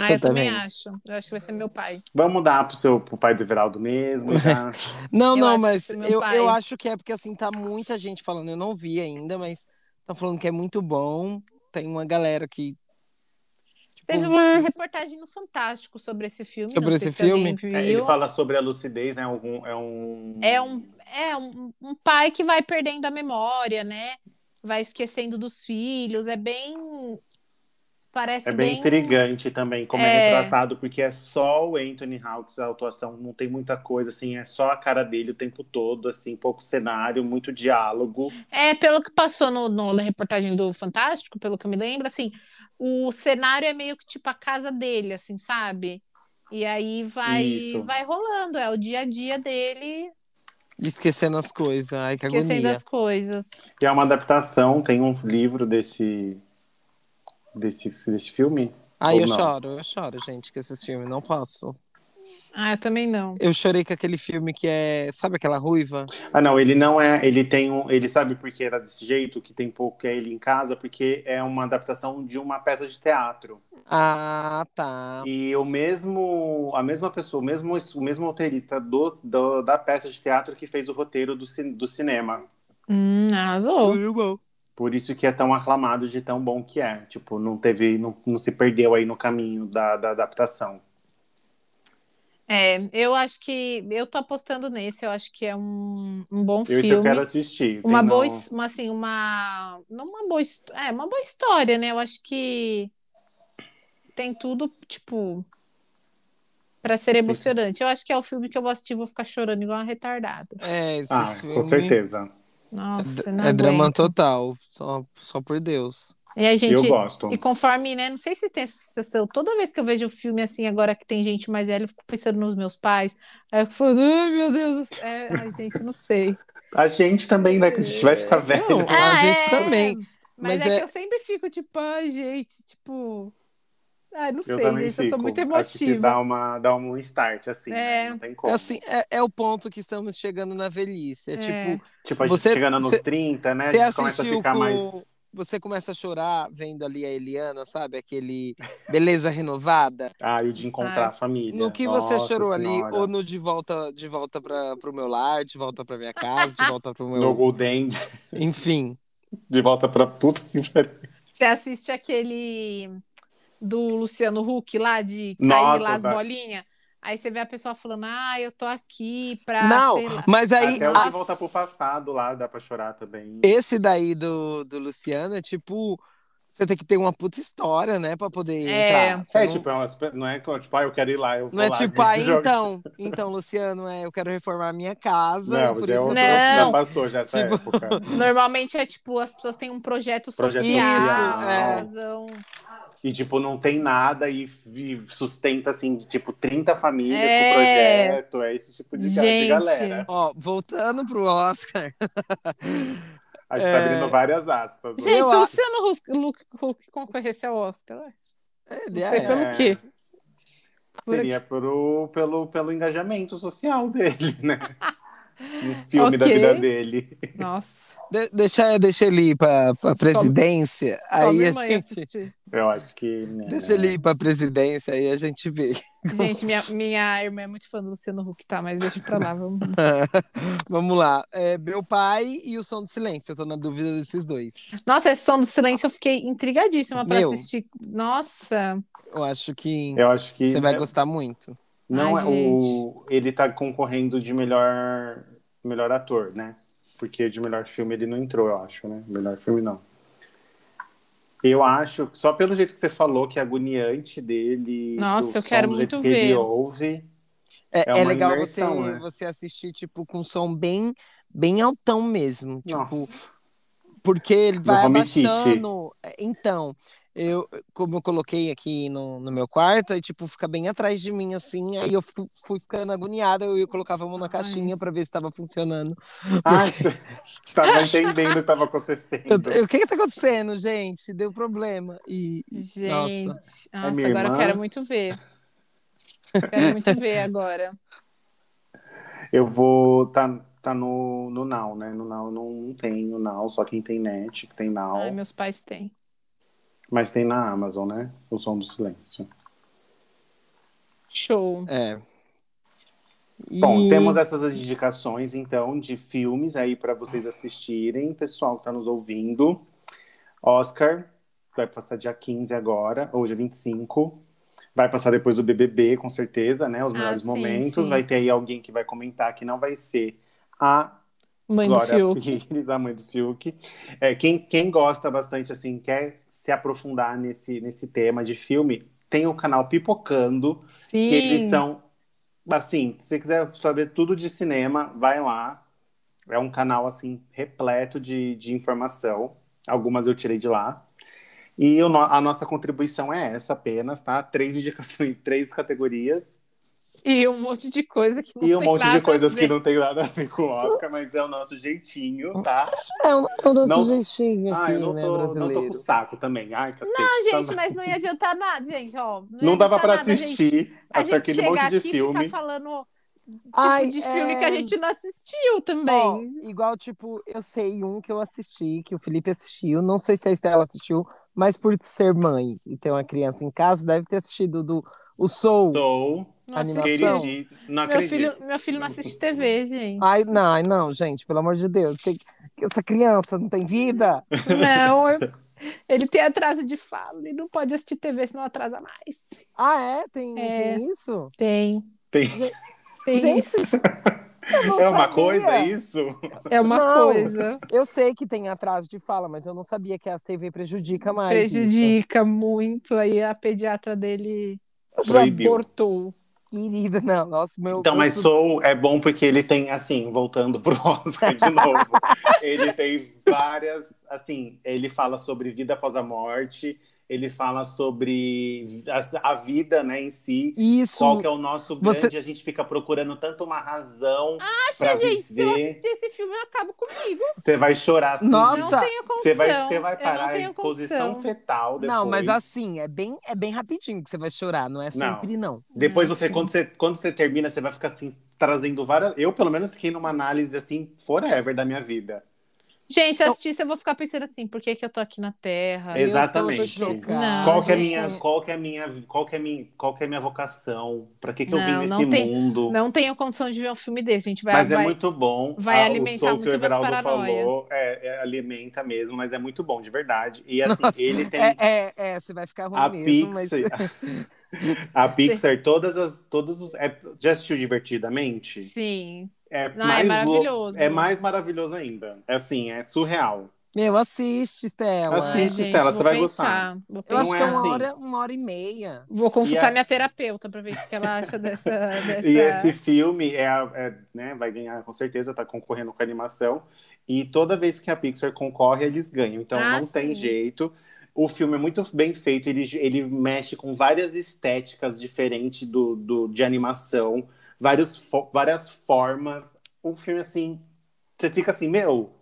D: Ah, eu,
E: Eu
D: também
E: também.
D: acho. Eu acho que vai ser meu pai.
B: Vamos dar pro seu pro pai do Everaldo mesmo, tá?
E: Não,
D: Eu acho
E: não,
D: que
E: mas
D: esse é meu
E: eu,
D: pai.
E: eu acho que é porque assim, tá muita gente falando, eu não vi ainda, mas tá falando que é muito bom. Tem uma galera que. tipo,
D: Teve uma reportagem no Fantástico sobre esse filme.
E: Sobre
D: não sei
E: esse
D: se alguém
E: filme?
D: viu.
B: É, Ele fala sobre a lucidez, né? Algum- é um...
D: É um, é um, um pai que vai perdendo a memória, né? Vai esquecendo dos filhos. É bem. Parece
B: É bem intrigante também como é.
D: É.
B: retratado, porque é só o Anthony Hawkins a atuação, não tem muita coisa, assim, é só a cara dele o tempo todo, assim, pouco cenário, muito diálogo.
D: É, pelo que passou no, no- na reportagem do Fantástico, pelo que eu me lembro, assim, o cenário é meio que tipo a casa dele, assim, sabe? E aí vai
B: Isso.
D: vai rolando, é o dia a dia dele,
E: Esquecendo as coisas. Ai, que
D: esquecendo
E: agonia.
D: as coisas.
B: E é uma adaptação, tem um livro desse desse, desse filme,
E: Aí
B: Ou
E: Ah, eu
B: não?
E: choro, eu choro, gente, com esses filmes. Não posso.
D: Ah, eu também não.
E: Eu chorei com aquele filme que é. Sabe aquela ruiva?
B: Ah, não, ele não é. Ele tem um. Ele sabe por que era desse jeito, que tem pouco que é ele em casa, porque é uma adaptação de uma peça de teatro.
E: Ah, tá.
B: E o mesmo, a mesma pessoa, o mesmo, o mesmo roteirista do, do- da peça de teatro que fez o roteiro do, ci- do cinema.
D: Hum, arrasou.
B: Por isso que é tão aclamado de tão bom que é. Tipo, não teve, não, não se perdeu aí no caminho da, da adaptação.
D: É, eu acho que. Eu tô apostando nesse, eu acho que é um, um bom
B: Eu, isso eu
D: filme.
B: quero assistir.
D: Uma
B: Tem
D: boa,
B: no-
D: his- uma, assim, uma, não uma boa, his- é, uma boa história, né? Eu acho que tem tudo, tipo, pra ser emocionante. Eu acho que é o filme que eu vou assistir e vou ficar chorando igual uma retardada.
E: É, esse
B: Ah,
E: filme.
B: com certeza.
D: Nossa, não
E: É drama
D: aguento.
E: total. Só, só por Deus.
D: E a
B: eu
D: gente,
B: gosto.
D: e conforme, né, não sei se tem essa sensação, toda vez que eu vejo filme assim, agora que tem gente mais velha, eu fico pensando nos meus pais. Aí eu fico falando, ai, meu Deus, do céu." É, ai, gente, eu não sei.
B: A gente também, né? Que a gente vai ficar velho.
E: Não, a
D: Ah,
E: gente
D: é.
E: também. Mas
D: Mas, é,
E: é-
D: que eu sempre fico tipo, ai, gente, tipo. Ah, não
B: Eu
D: sei,
B: também
D: gente,
B: fico.
D: eu sou muito
B: Acho que
D: emotiva.
B: dá, uma, dá um start, assim, né?
D: É.
B: Não tem
E: É
B: como.
E: assim, é, é o ponto que estamos chegando na velhice. É,
D: É.
E: tipo,
B: tipo, a gente
E: Você-
B: chegando nos
E: você-
B: 30, né? A
E: você
B: gente começa a
E: assistiu
B: ficar
E: com-
B: mais.
E: você começa a chorar vendo ali a Eliana, sabe? Aquele Beleza Renovada.
B: Ah, e o de encontrar a família.
E: No que você
B: Nossa
E: chorou ali,
B: Senhora.
E: ou no de volta, de volta para pro meu lar, de volta pra minha casa, de volta pro meu.
B: No Golden,
E: Enfim.
B: de volta pra puta que pariu.
D: Você assiste aquele do Luciano Huck lá, de cair
B: Nossa,
D: lá as
B: vai.
D: bolinhas. Aí você vê a pessoa falando, ah, eu tô aqui pra.
E: Não,
D: Ah, sei lá."
E: mas aí.
B: Até o de
E: a-
B: voltar pro passado lá, dá pra chorar também.
E: Esse daí do, do Luciano é tipo. Você tem que ter uma puta história, né? Pra poder
D: É.
E: entrar. Você
B: É,
E: não-
B: tipo, é umas- não é tipo, ah, eu quero ir lá, eu vou
E: Não é
B: lá,
E: tipo, aí
B: joga-
E: então, então, Luciano, é, eu quero reformar a minha casa.
B: Não,
E: por
B: já, é
E: isso que eu
B: outro,
E: tô-
D: Não.
B: já passou já essa
E: Tipo-
B: época.
D: Normalmente é tipo, as pessoas têm um projeto
B: Projeto
D: social.
E: social.
B: É.
D: elas vão-
B: E, tipo, não tem nada e, e sustenta, assim, tipo, 30 famílias
D: É.
B: com o projeto. É esse tipo de, ga- de
D: Gente.
B: galera.
E: Ó, voltando pro Oscar.
B: A gente tá
E: É.
B: abrindo várias aspas. né?
D: Gente,
E: Eu
D: se o
E: a-
D: Luciano Huck, Huck, Huck concorresse ao Oscar, ué,
E: Ele
D: não sei
E: é-
D: pelo quê. Por
B: Seria pelo, pelo, pelo engajamento social dele, né? No filme da
D: Ok.
B: vida dele.
D: aqui. Nossa.
E: de- deixa, deixa ele ir pra, pra
D: Só-
E: presidência.
D: Só
E: aí
D: minha
E: a
D: mãe
E: gente.
D: assistiu.
B: Eu acho que. né,
E: Deixa
B: né?
E: ele ir pra presidência, aí a gente vê.
D: Gente, minha, minha irmã é muito fã do Luciano Huck, tá? Mas deixa pra lá, vamos.
E: Vamos lá. É, meu pai e o som do silêncio. Eu tô na dúvida desses dois.
D: Nossa, esse som do silêncio eu fiquei intrigadíssima pra
E: Meu.
D: assistir. Nossa,
E: Eu acho que
B: Eu acho que.
E: você vai
B: né,
E: gostar muito.
B: Não
D: Ai,
B: é o. Ele tá concorrendo de melhor, melhor ator, né? Porque de melhor filme ele não entrou, eu acho, né? Melhor filme não. Eu acho, só pelo jeito que você falou, que é agoniante dele.
D: Nossa,
B: do
D: eu quero
B: som, do jeito
D: muito
B: que
D: ver.
B: Ele ouve.
E: É,
B: É
E: é
B: uma
E: legal
B: imersão,
E: você,
B: né?
E: você assistir, tipo, com som bem, bem altão mesmo. Tipo,
B: Nossa.
E: porque ele vai
B: home kit.
E: abaixando. É, Então, eu, como eu coloquei aqui no, no meu quarto, aí, tipo, fica bem atrás de mim, assim. Aí eu fu- fui ficando agoniada, eu colocava a mão na caixinha pra ver se tava funcionando.
B: Ah, tava entendendo o que tava acontecendo.
E: Eu- eu- o que que tá acontecendo, gente? Deu problema. E,
D: gente.
E: Nossa.
D: Nossa,
B: é minha
D: agora eu
B: irmã.
D: quero muito ver. Quero muito ver agora.
B: Eu vou. Tá, tá no, no Now, né? No Now não, não tem no Now, só quem tem net, que tem Now.
D: Ai, meus pais têm.
B: Mas tem na Amazon, né? O som do silêncio.
D: Show.
E: É.
B: Bom,
E: E-
B: temos essas as indicações, então, de filmes aí pra vocês assistirem. Pessoal que tá nos ouvindo. Oscar, vai passar dia 15 agora, ou dia 25. Vai passar depois do BBB, com certeza, né? Os
D: Ah,
B: melhores
D: sim,
B: momentos.
D: sim.
B: Vai ter aí alguém que vai comentar que não vai ser a
D: Mãe do
B: Glória
D: Fiuk.
B: Pires, a mãe do Fiuk. É, quem, quem gosta bastante, assim, quer se aprofundar nesse, nesse tema de filme, tem o canal Pipocando,
D: Sim.
B: que eles são. Assim, se você quiser saber tudo de cinema, vai lá. É um canal, assim, repleto de, de informação. Algumas eu tirei de lá. E o no- a nossa contribuição é essa apenas, tá? Três indicações, três categorias.
D: E um monte de coisa que não
B: E um
D: tem
B: monte
D: nada
B: de
D: a
B: coisas
D: ver.
B: que não tem nada a ver com o Oscar, mas é o nosso jeitinho, tá?
E: É um, é um doce
B: Não-
E: jeitinho
B: Ah,
E: aqui,
B: eu não
E: né,
B: tô, não tô
E: brasileiro.
B: com saco também. Ai, cacete.
D: Não,
B: tá
D: gente,
B: bom.
D: mas não ia adiantar nada, gente. Ó, não, ia
B: Não dava
D: adiantar
B: pra
D: nada, gente.
B: assistir
D: A
B: até
D: gente
B: aquele monte
D: chegar
B: de
D: aqui e
B: filme.
D: Ficar falando tipo
E: Ai,
D: de filme que a
E: é.
D: gente não assistiu
E: Ó,
D: também.
E: igual, tipo, eu sei um que eu assisti, que o Felipe assistiu, não sei se a Estela assistiu, mas por ser mãe e ter uma criança em casa, deve ter assistido do o Soul.
B: Sou
D: não
E: animação.
D: assisti.
E: Querido.
B: queridinho. Não
D: Meu
B: acredito.
D: filho, meu filho não assiste TV, gente.
E: Ai, não, ai, não, gente, pelo amor de Deus. que- que essa criança não tem vida?
B: Ah.
D: Não, eu- ele tem atraso de fala e não pode assistir TV, senão atrasa mais.
E: Ah, é? Tem,
D: É.
E: tem isso?
D: Tem.
B: Tem-
D: Tem
E: Gente,
D: isso.
E: Eu não
B: É uma
E: sabia.
B: coisa isso?
D: É uma
E: não.
D: coisa.
E: Eu sei que tem atraso de fala, mas eu não sabia que a TV prejudica mais. isso.
D: Prejudica muito. Aí a pediatra dele
B: Proibiu.
D: abortou.
E: Querida, não. Nossa, meu.
B: Então, mas
E: curso-
B: Soul é bom porque ele tem, assim, voltando pro Oscar de novo, ele tem várias, assim, ele fala sobre vida após a morte, ele fala sobre a, a vida, né, em si,
E: Isso.
B: qual que é o nosso grande,
E: Você-
B: a gente fica procurando tanto uma razão pra
D: Acha, gente, se eu
B: viver.
D: assistir esse filme, eu acabo comigo.
B: Você vai chorar, assim,
E: Nossa,
D: Não tenho condição.
B: você vai, você vai
D: eu não
B: parar
D: tenho
B: em posição
D: condição.
B: fetal depois.
E: Não, mas assim, é bem, é bem rapidinho que você vai chorar, não é sempre, não.
B: Depois você
D: assim.
B: quando, você, quando você termina, você vai ficar assim, trazendo várias. Eu, pelo menos, fiquei numa análise assim, forever da minha vida.
D: Gente, se eu assistir, eu vou ficar pensando assim, por que, que eu tô aqui na Terra?
B: Ex- Exatamente.
E: Eu tô chocada.
D: Não,
B: qual que é a
D: Ah, gente.
B: minha, qual que é a minha, qual que é a minha, qual que é a minha vocação? Pra que que eu vim
D: Não, não
B: nesse
D: tem-
B: mundo?
D: Não tenho condição de ver um filme desse, gente. Vai,
B: mas
D: vai...
B: é muito bom.
D: vai
B: Ah,
D: alimentar
B: o som
D: muito
B: que o
D: minhas
B: Everaldo
D: paranoia.
B: falou é, é, alimenta mesmo, mas é muito bom, de verdade. E assim, ele tem
E: É, é, é, você vai ficar ruim
B: a
E: mesmo, mas.
B: Pixar. A Pixar, todas as. Todos os. é- já assistiu divertidamente?
D: Sim.
B: É,
D: Não, é
B: mais lou-
D: maravilhoso.
B: É mais maravilhoso ainda. É assim, é surreal.
E: Meu, assiste, Estela.
B: Assiste.
D: gente,
B: Estela,
D: vou
B: você vai
D: pensar, Vou,
E: Eu acho
B: Não
E: que é
B: é
E: uma,
B: assim.
E: hora, uma hora e meia.
D: Vou consultar
B: E a-
D: minha terapeuta pra ver o que ela acha dessa. dessa...
B: E esse filme é, a- é, né, vai ganhar com certeza, tá concorrendo com a animação. E toda vez que a Pixar concorre, eles ganham. Então
D: Ah,
B: não tem
D: sim.
B: jeito. O filme é muito bem feito, ele, ele mexe com várias estéticas diferentes do, do, de animação, vários fo- várias formas. Um filme assim, você fica assim, meu,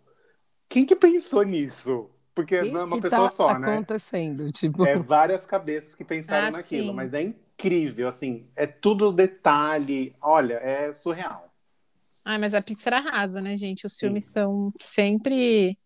B: quem que pensou nisso? Porque
E: E
B: não é uma
E: que
B: pessoa
E: tá
B: só, né?
E: acontecendo, tipo.
B: É várias cabeças que pensaram
D: Ah,
B: naquilo,
D: sim.
B: mas é incrível, assim, é tudo detalhe, olha, é surreal.
D: Ai, mas a Pixar arrasa, né, gente? Os filmes são sempre.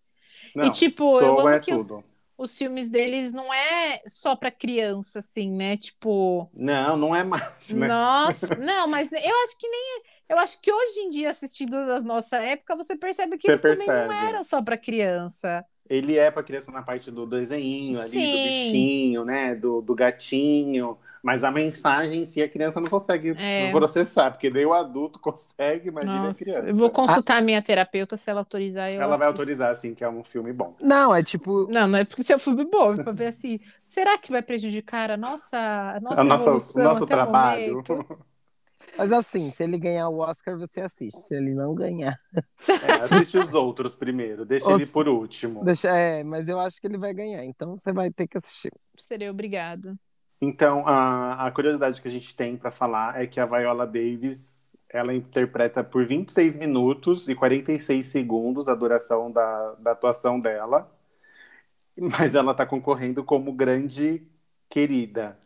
D: E, tipo, eu
B: Soul
D: amo
B: é
D: que os-
B: tudo.
D: Os filmes deles não é só pra criança, assim, né? Tipo.
B: Não, não é mais, né?
D: Nossa, não, mas eu acho que nem. é, Eu acho que hoje em dia, assistindo na nossa época, você percebe que
B: Você
D: eles também não
B: percebe.
D: eram só pra criança.
B: Ele é pra criança na parte do desenho ali, do
D: Sim.
B: bichinho, né, do, do gatinho, mas a mensagem em si a criança não consegue
D: É.
B: processar, porque daí o adulto consegue, imagina
D: Nossa,
B: a criança. Ah.
D: eu vou consultar a minha terapeuta se ela autorizar. Eu
B: Ela vai
D: assisto.
B: autorizar, assim, que é um filme bom.
E: Não, é tipo.
D: Não, não é porque se eu filme bom, é pra ver assim, será que vai prejudicar a nossa, a nossa
B: o nosso, o
D: evolução
B: nosso
D: até o
B: trabalho.
D: momento?
E: Mas assim, se ele ganhar o Oscar, você assiste. Se ele não ganhar.
B: É, assiste os outros primeiro, deixa
E: Os-
B: ele por último.
E: Deixa, é, mas eu acho que ele vai ganhar, então você vai ter que assistir.
D: Serei obrigada.
B: Então, a, a curiosidade que a gente tem para falar é que a Viola Davis, ela interpreta por 26 minutos e 46 segundos a duração da, da atuação dela, mas ela tá concorrendo como grande querida.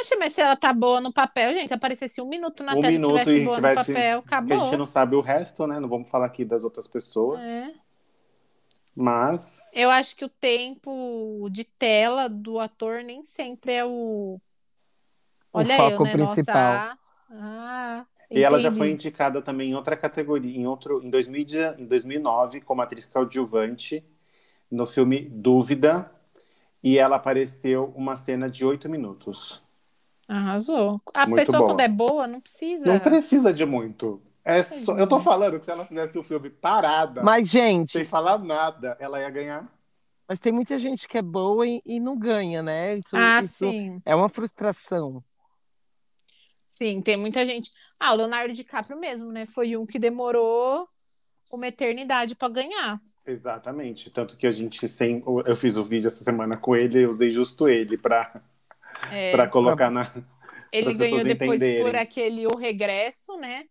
D: Acha, mas se ela tá boa no papel, gente, aparecesse um minuto na
B: Um
D: tela e
B: minuto
D: tivesse
B: e
D: boa no
B: tivesse-
D: papel,
B: Porque a gente
D: acabou.
B: não sabe o resto, né? Não vamos falar aqui das outras pessoas,
D: É.
B: mas
D: Eu acho que o tempo de tela do ator nem sempre é o.
E: O
D: Olha
E: foco
D: eu, né?
E: principal.
D: Nossa, ah, ah,
B: e ela já
D: entendi.
B: foi indicada também em outra categoria, em outro, em, 2000, em 2009 como atriz coadjuvante no filme Dúvida, e ela apareceu uma cena de oito minutos.
D: Arrasou. A
B: Muito
D: pessoa,
B: boa.
D: quando é boa, não precisa.
B: Não precisa de muito. É só, eu tô falando que se ela fizesse o filme parada,
E: Mas, gente,
B: sem falar nada, ela ia ganhar.
E: mas tem muita gente que é boa e, e não ganha, né? Isso,
D: Ah,
E: isso
D: sim.
E: é uma frustração.
D: Sim, tem muita gente. Ah, o Leonardo DiCaprio mesmo, né? Foi um que demorou uma eternidade pra ganhar.
B: Exatamente. Tanto que a gente sem. Eu fiz o vídeo essa semana com ele, eu usei justo ele pra,
D: É,
B: pra colocar na,
D: Ele
B: Pras
D: ganhou
B: pessoas
D: depois
B: entenderem.
D: por aquele O Regresso, né?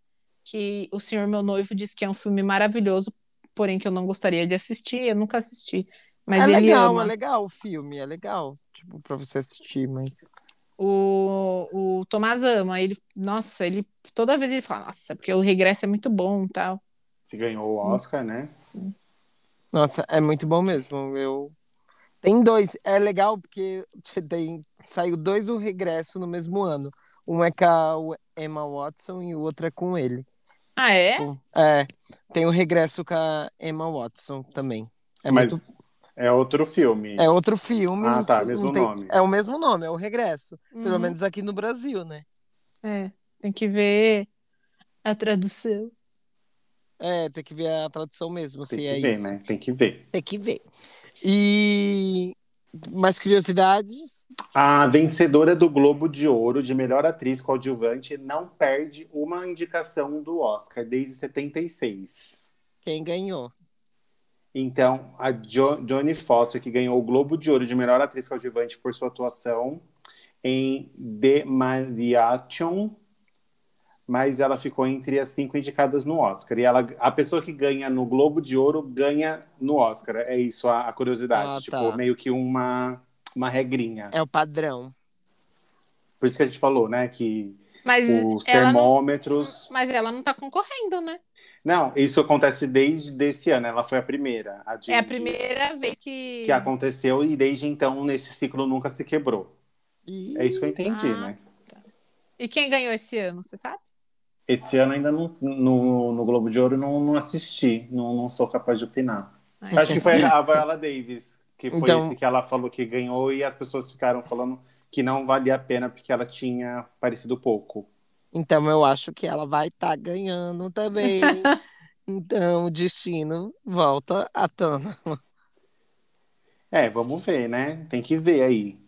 D: Que o Senhor Meu Noivo diz que é um filme maravilhoso, porém que eu não gostaria de assistir, eu nunca assisti. Mas
E: é
D: ele
E: legal,
D: ama.
E: é legal o filme, é legal. Tipo, pra você assistir, mas.
D: O, o Tomás ama, ele, nossa, ele toda vez ele fala, nossa, porque o regresso é muito bom, e tal.
B: Você ganhou o Oscar, né?
E: Nossa, é muito bom mesmo. Eu... Tem dois. É legal porque tem... saiu dois o regresso no mesmo ano. Um é com a Emma Watson e o outro é com ele.
D: Ah, é?
E: É, tem o regresso com a Emma Watson também. É,
B: Mas
E: muito...
B: é outro filme.
E: é outro filme.
B: Ah,
E: não-
B: tá,
E: não
B: mesmo
E: tem-
B: nome.
E: É o mesmo nome, é o regresso. Pelo
D: Uhum.
E: menos aqui no Brasil, né?
D: É, tem que ver a tradução.
E: É, tem que ver a tradução mesmo,
B: Tem
E: se
B: que
E: é
B: ver,
E: isso.
B: né? Tem que ver.
E: Tem que ver. E mais curiosidades?
B: A vencedora do Globo de Ouro de melhor atriz coadjuvante não perde uma indicação do Oscar desde 76.
E: Quem ganhou?
B: Então, a jo Johnny Foster, que ganhou o Globo de Ouro de melhor atriz coadjuvante por sua atuação em The Mariachion, mas ela ficou entre as cinco indicadas no Oscar. E ela, a pessoa que ganha no Globo de Ouro ganha no Oscar. É isso a, a curiosidade.
E: Ah,
B: tipo,
E: tá.
B: meio que uma, uma regrinha.
E: É o padrão.
B: Por isso que a gente falou, né, que
D: Mas
B: os
D: ela não,
B: termômetros.
D: mas ela não tá concorrendo, né?
B: Não... isso acontece desde esse ano. Ela foi a primeira. A de-
D: É a primeira vez que.
B: que aconteceu e desde então nesse ciclo nunca se quebrou.
E: E...
B: É isso que eu entendi,
D: Ah.
B: né?
D: E quem ganhou esse ano, você sabe?
B: Esse ano ainda não, no, no Globo de Ouro não, não assisti, não, não sou capaz de opinar. Acho que foi a Viola Davis, que foi
E: Então-
B: esse que ela falou que ganhou e as pessoas ficaram falando que não valia a pena porque ela tinha parecido pouco.
E: Então eu acho que ela vai estar ganhando também. então o destino volta à tona.
B: É, vamos ver, né? Tem que ver aí.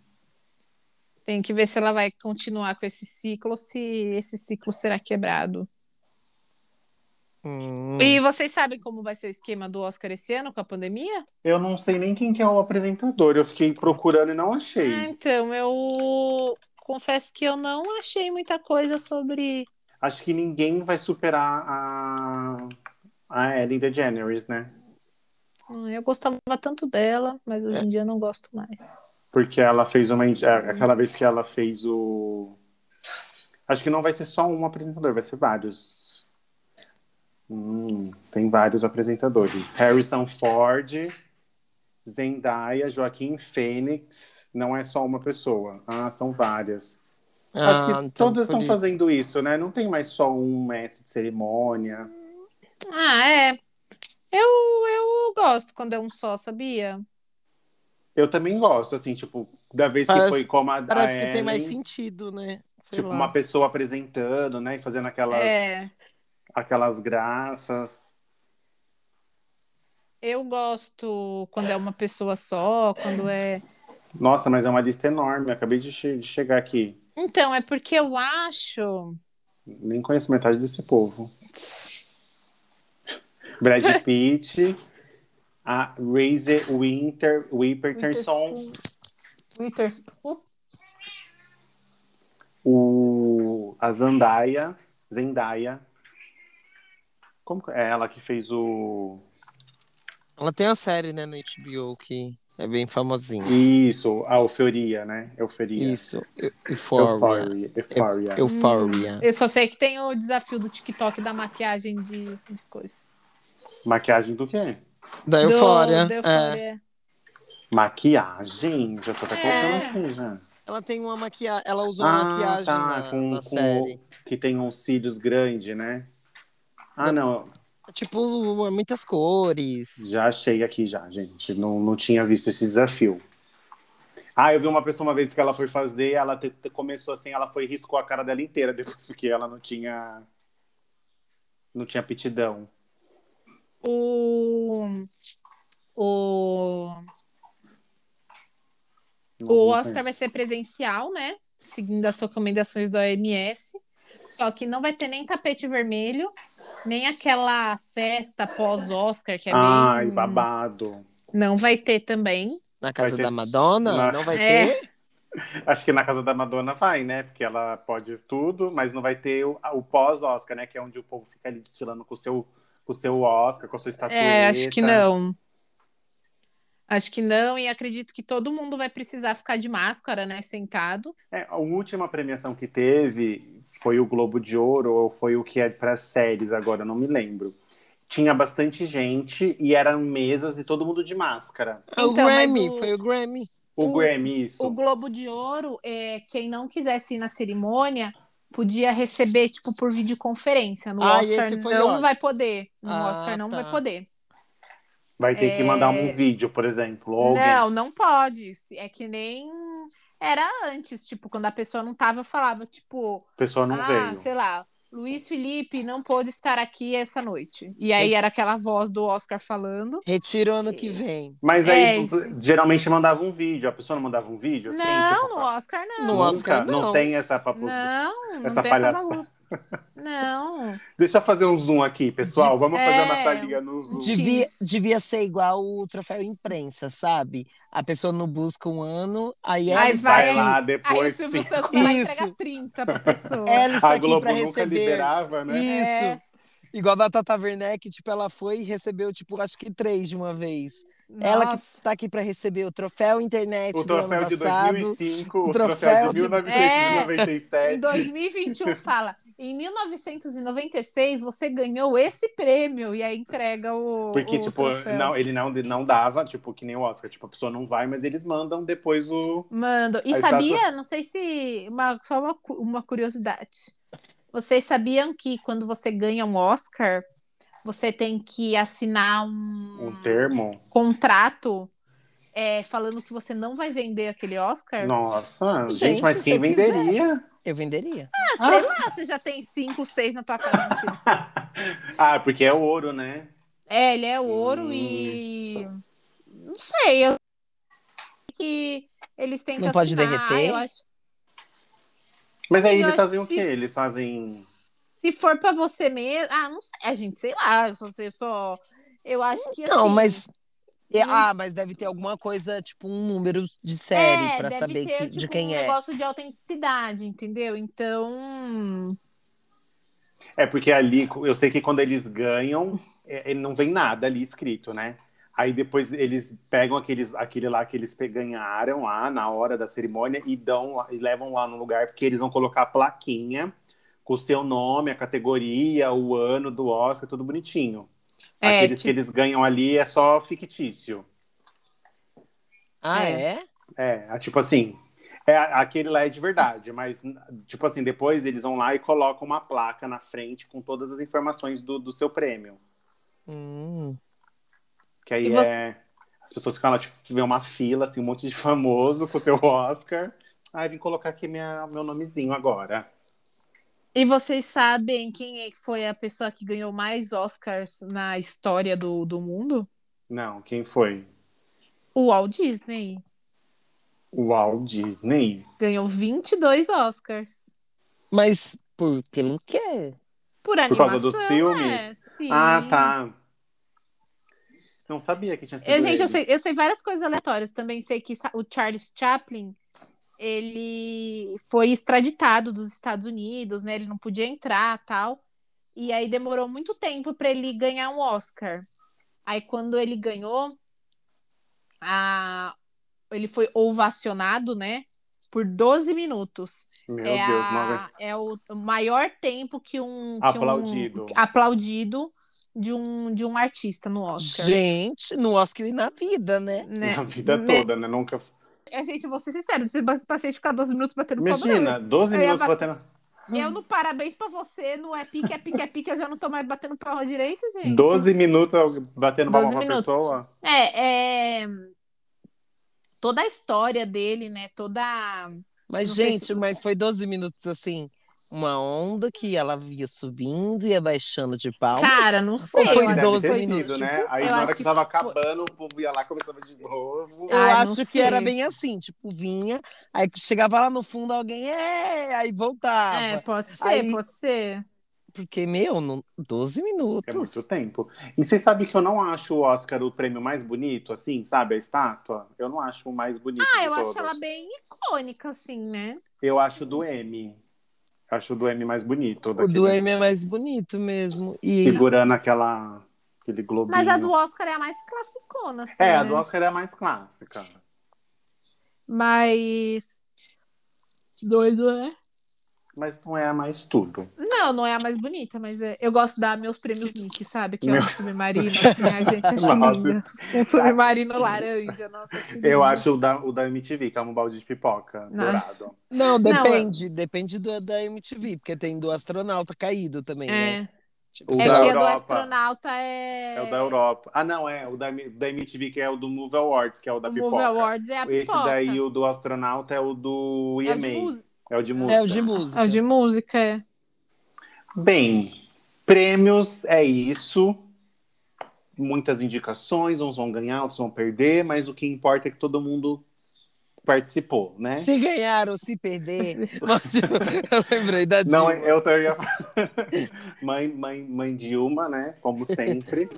D: Tem que ver se ela vai continuar com esse ciclo ou se esse ciclo será quebrado.
E: Hum.
D: E vocês sabem como vai ser o esquema do Oscar esse ano com a pandemia?
B: Eu não sei nem quem que é o apresentador, eu fiquei procurando e não achei.
D: Ah, então, eu confesso que eu não achei muita coisa sobre.
B: Acho que ninguém vai superar a, a Ellen DeGeneres, né?
D: Hum, Eu gostava tanto dela, mas hoje em dia eu não gosto mais.
B: Porque ela fez uma. é, Aquela vez que ela fez o. Acho que não vai ser só um apresentador, vai ser vários. Hum, tem vários apresentadores: Harrison Ford, Zendaya, Joaquim Fênix. Não é só uma pessoa. Ah, são várias. Acho que
E: Ah, então,
B: todas
E: por
B: estão
E: isso.
B: fazendo isso, né? Não tem mais só um mestre de cerimônia.
D: Ah, é. Eu, eu gosto quando é um só, sabia?
B: Eu também gosto, assim, tipo, da vez que
E: Parece-
B: foi como a. a
E: Parece que tem
B: Ellen,
E: mais sentido, né? Sei
B: Tipo,
E: lá.
B: uma pessoa apresentando, né? E fazendo aquelas.
D: É.
B: aquelas graças.
D: Eu gosto quando é uma pessoa só, quando é.
B: Nossa, mas é uma lista enorme. eu Acabei de, che- de chegar aqui.
D: Então, é porque eu acho.
B: Nem conheço metade desse povo. Brad Pitt, a Reese Winter, Whipperson,
D: Witherspoon.
B: o a Zendaya, Zendaya. Como que- é ela que fez o
E: Ela tem uma série, né, no HBO que é bem famosinha.
B: isso, a euforia, né? Euforia.
E: Isso. Eu- Euphoria.
B: Euforia. Euforia.
E: Euphoria.
D: Eu só sei que tem o desafio do TikTok da maquiagem de, de coisa.
B: Maquiagem do quê?
E: Da
D: Do-
E: Euphoria.
D: da
E: é.
D: Euphoria.
B: Maquiagem, já tô até
D: É.
B: colocando aqui né? já.
E: Ela tem uma maquiagem. Ela usou
B: Ah,
E: uma maquiagem
B: tá,
E: na, na
B: o-
E: série.
B: que tem uns cílios grandes, né? Ah, não,
E: Tipo, muitas cores.
B: já achei aqui já, gente. Não, não tinha visto esse desafio. Ah, eu vi uma pessoa uma vez que ela foi fazer, ela te- te- começou assim, ela foi e riscou a cara dela inteira depois porque ela não tinha não tinha aptidão.
D: O. O.
B: Não-
D: O
B: não
D: Oscar vai ser presencial, né? Seguindo as recomendações da OMS. Só que não vai ter nem tapete vermelho, nem aquela festa pós-Oscar, que é
B: conheço. Ai,
D: bem.
B: babado.
D: Não vai ter também.
E: Na casa
B: Vai ter-
E: da Madonna?
B: na-
E: Não vai
D: É.
E: ter?
B: Acho que na casa da Madonna vai, né? Porque ela pode tudo, mas não vai ter o, o pós-Oscar, né? Que é onde o povo fica ali desfilando com o seu, com o seu Oscar, com a sua estatueta.
D: É, acho que não. Acho que não, e acredito que todo mundo vai precisar ficar de máscara, né? Sentado.
B: É, a última premiação que teve foi o Globo de Ouro, ou foi o que é para séries agora, não me lembro. Tinha bastante gente e eram mesas e todo mundo de máscara.
E: É o
D: Então, mas
E: Grammy,
D: o-
E: foi o Grammy.
B: O,
D: O-
B: Grammy, isso.
D: O Globo de Ouro, é, quem não quisesse ir na cerimônia, podia receber, tipo, por videoconferência. No
E: Ah,
D: Oscar
E: esse foi
D: não
E: ótimo.
D: vai poder. No
E: Ah,
D: Oscar não
E: tá.
D: vai poder.
B: Vai ter que
D: É.
B: mandar um vídeo, por exemplo. Ou alguém.
D: Não, não pode. É que nem era antes, tipo, quando a pessoa não tava, falava, tipo,
B: A pessoa não
D: ah,
B: veio.
D: sei lá, Luiz Felipe não pôde estar aqui essa noite. E aí era aquela voz do Oscar falando.
E: Retiro ano que vem.
B: Mas
D: É
B: aí
D: isso.
B: geralmente mandava um vídeo. A pessoa não mandava um vídeo? assim,
D: não,
B: tipo,
D: no Oscar não.
E: No Oscar,
B: Nunca?
E: não.
B: tem essa papo.
D: Não, não
B: essa
D: tem
B: palhaça-
D: essa bagunça. Não.
B: Deixa eu fazer um zoom aqui, pessoal. Vamos fazer
D: É.
B: uma salinha no zoom.
D: De-
E: Devia,
D: X.
E: devia ser igual o troféu imprensa, sabe? A pessoa não busca um ano, aí ela
D: Aí
E: está
D: vai-
E: tá aqui.
B: lá
D: Aí Ah, o
B: Ah, depois.
D: Silvio
B: sim.
D: Santos vai lá
E: Isso. É
D: entregar 30 pra pessoa.
E: Ela está
B: A
E: tá aqui
B: Globo
E: para
B: nunca
E: receber.
B: liberava, né?
E: Isso.
D: É.
E: Igual a Tata Werneck, tipo, ela foi e recebeu, tipo, acho que três de uma vez. Ela que
D: Nossa.
E: tá aqui para receber o troféu internet
B: O
E: do ano
B: troféu de
E: passado.
B: 2005,
E: o
B: o troféu
E: troféu
B: de
E: de-
B: 1997.
D: Em 2021 fala, em 1996 você ganhou esse prêmio e aí entrega o
B: Porque,
D: o
B: tipo,
D: troféu.
B: não, ele não, não dava, tipo, que nem o Oscar. Tipo, a pessoa não vai, mas eles mandam depois o.
D: Mando. E
B: A
D: sabia, não sei se uma, só uma, cu- uma curiosidade. Vocês sabiam que quando você ganha um Oscar, você tem que assinar um,
B: Um termo.
D: contrato é, falando que você não vai vender aquele Oscar?
B: Nossa, gente,
E: Gente,
B: mas
E: se
B: quem
E: eu quiser.
B: venderia?
E: Eu venderia.
D: Ah, sei lá, você já tem cinco, seis na tua casa. mentira.
B: Ah, porque é ouro, né?
D: É, ele é ouro e.
E: Hum.
D: Não sei. Eu... Que eles tentam.
E: Não pode
D: assinar,
E: derreter?
D: eu acho-
B: Mas aí
D: Eu
B: eles
D: acho que
B: fazem o
D: se-
B: quê? Eles fazem.
D: Se for pra você mesmo. Ah, não sei, ah, gente, sei lá. Eu só. Eu, só... eu acho que.
E: Não,
D: assim,
E: mas. é,
D: Hum.
E: Ah, mas deve ter alguma coisa, tipo, um número de série
D: é,
E: pra
D: deve
E: saber
D: ter,
E: que-
D: tipo,
E: de quem
D: um
E: é.
D: negócio de autenticidade, entendeu? Então.
B: É porque ali, eu sei que quando eles ganham, é, é, não vem nada ali escrito, né? Aí depois eles pegam aqueles, aquele lá que eles pe- ganharam lá na hora da cerimônia e dão lá- e levam lá no lugar, porque eles vão colocar a plaquinha com o seu nome, a categoria, o ano do Oscar, tudo bonitinho.
D: É,
B: Aqueles que
D: tipo-
B: eles ganham ali é só fictício.
E: Ah,
D: É.
E: é?
B: É, a- tipo assim, é, a- aquele lá é de verdade, mas tipo assim, depois eles vão lá e colocam uma placa na frente com todas as informações do, do seu prêmio.
E: Hum.
B: Que aí
D: E você-
B: é. As pessoas ficam lá, tipo, vê uma fila, assim, um monte de famoso com seu Oscar. Aí vim colocar aqui minha, meu nomezinho agora.
D: E vocês sabem quem é que foi a pessoa que ganhou mais Oscars na história do, do mundo?
B: Não, quem foi?
D: O Walt Disney.
B: O Walt Disney.
D: Ganhou 22 Oscars.
E: Mas por, pelo quê?
D: Por
B: Por
D: animação,
B: causa dos
D: é,
B: filmes?
D: sim.
B: Ah, tá. Não sabia que tinha sido.
D: Eu, gente,
B: ele.
D: eu sei, eu sei várias coisas aleatórias. Também sei que sa- o Charles Chaplin, ele foi extraditado dos Estados Unidos, né? Ele não podia entrar, tal. E aí demorou muito tempo para ele ganhar um Oscar. Aí quando ele ganhou, a... ele foi ovacionado, né? Por 12 minutos.
B: Meu
D: é
B: Deus,
D: a-
B: não aguento.
D: é o maior tempo que um que um-
B: Aplaudido.
D: aplaudido de um de um artista no Oscar.
E: Gente, no Oscar e na vida, né?
D: Né?
B: Na vida
D: Né?
B: toda, né? Nunca.
D: A É, gente, vou ser sincero, eu passei de ficar 12 minutos batendo palma.
B: Imagina, 12
D: Eu ia
B: minutos
D: bat-
B: batendo.
D: Eu no parabéns pra você, no é pique, é pique, é pique, eu já não tô mais batendo palma direito, gente.
B: 12 minutos batendo palma
D: 12
B: pra uma
D: minutos.
B: pessoa.
D: É, é... Toda a história dele, né? Toda.
E: Mas,
D: Não sei
E: gente, mas foi 12 minutos assim. Uma onda que ela ia subindo e ia baixando de palmas.
D: Cara, não sei.
E: foi
D: eu acho que
E: 12
B: Deve ter
E: minutos,
B: sido, né? Aí
D: eu
B: na hora
D: acho
B: que,
D: que
B: tava
D: foi-
B: acabando, o povo ia lá e começava de novo.
E: Eu
D: Ai, não
E: acho que era
D: sei.
E: bem assim, tipo, vinha, aí chegava lá no fundo alguém, é, aí voltava.
D: É, pode ser,
E: Aí-
D: pode ser.
E: Porque, meu, não- 12
B: É
E: minutos.
B: muito tempo. E você sabe que eu não acho o Oscar o prêmio mais bonito, assim, sabe? A estátua? Eu não acho o mais bonito.
D: Ah,
B: de
D: eu
B: todos.
D: acho ela bem icônica, assim, né?
B: Eu acho o do M. Acho o do M mais bonito.
E: O
B: daquele-
E: do M é mais bonito mesmo. E
B: Segurando aquela, aquele globinho.
D: Mas a do Oscar é a mais classicona, assim.
B: É, a
D: né?
B: do Oscar é a mais clássica.
D: Mas. Doido, né?
B: Mas não é a mais tudo.
D: Não, não é a mais bonita, mas é- eu gosto de dar meus prêmios Nick, sabe? Que é
B: Meu-
D: um submarino, assim, a gente acha
B: Nossa.
D: linda. Um submarino laranja, nossa. que lindo.
B: Eu acho o da, o da MTV, que é um balde de pipoca
D: Não.
B: dourado.
E: Não, depende. Depende do, da MTV, porque tem do astronauta caído também, né?
D: É,
E: Tipo,
B: O
E: sei
D: é
E: lá,
B: da
D: que a do
B: Europa.
D: astronauta é.
B: É. o da Europa. Ah, não, é o da, da MTV, que é o do Move Awards, que é o da
D: O
B: pipoca.
D: Move Awards é a
B: Esse
D: pipoca.
B: daí, o do astronauta, é o do
D: é o de
B: EMA.
D: música.
B: É o de música.
E: é o de música.
D: É o de música, é.
B: Bem, prêmios é isso. Muitas indicações, uns vão ganhar, outros vão perder, mas o que importa é que todo mundo participou, né?
E: Se ganhar ou se perder. eu lembrei da Dilma.
B: Não, é eu também ia mãe, mãe, mãe Dilma, né? Como sempre.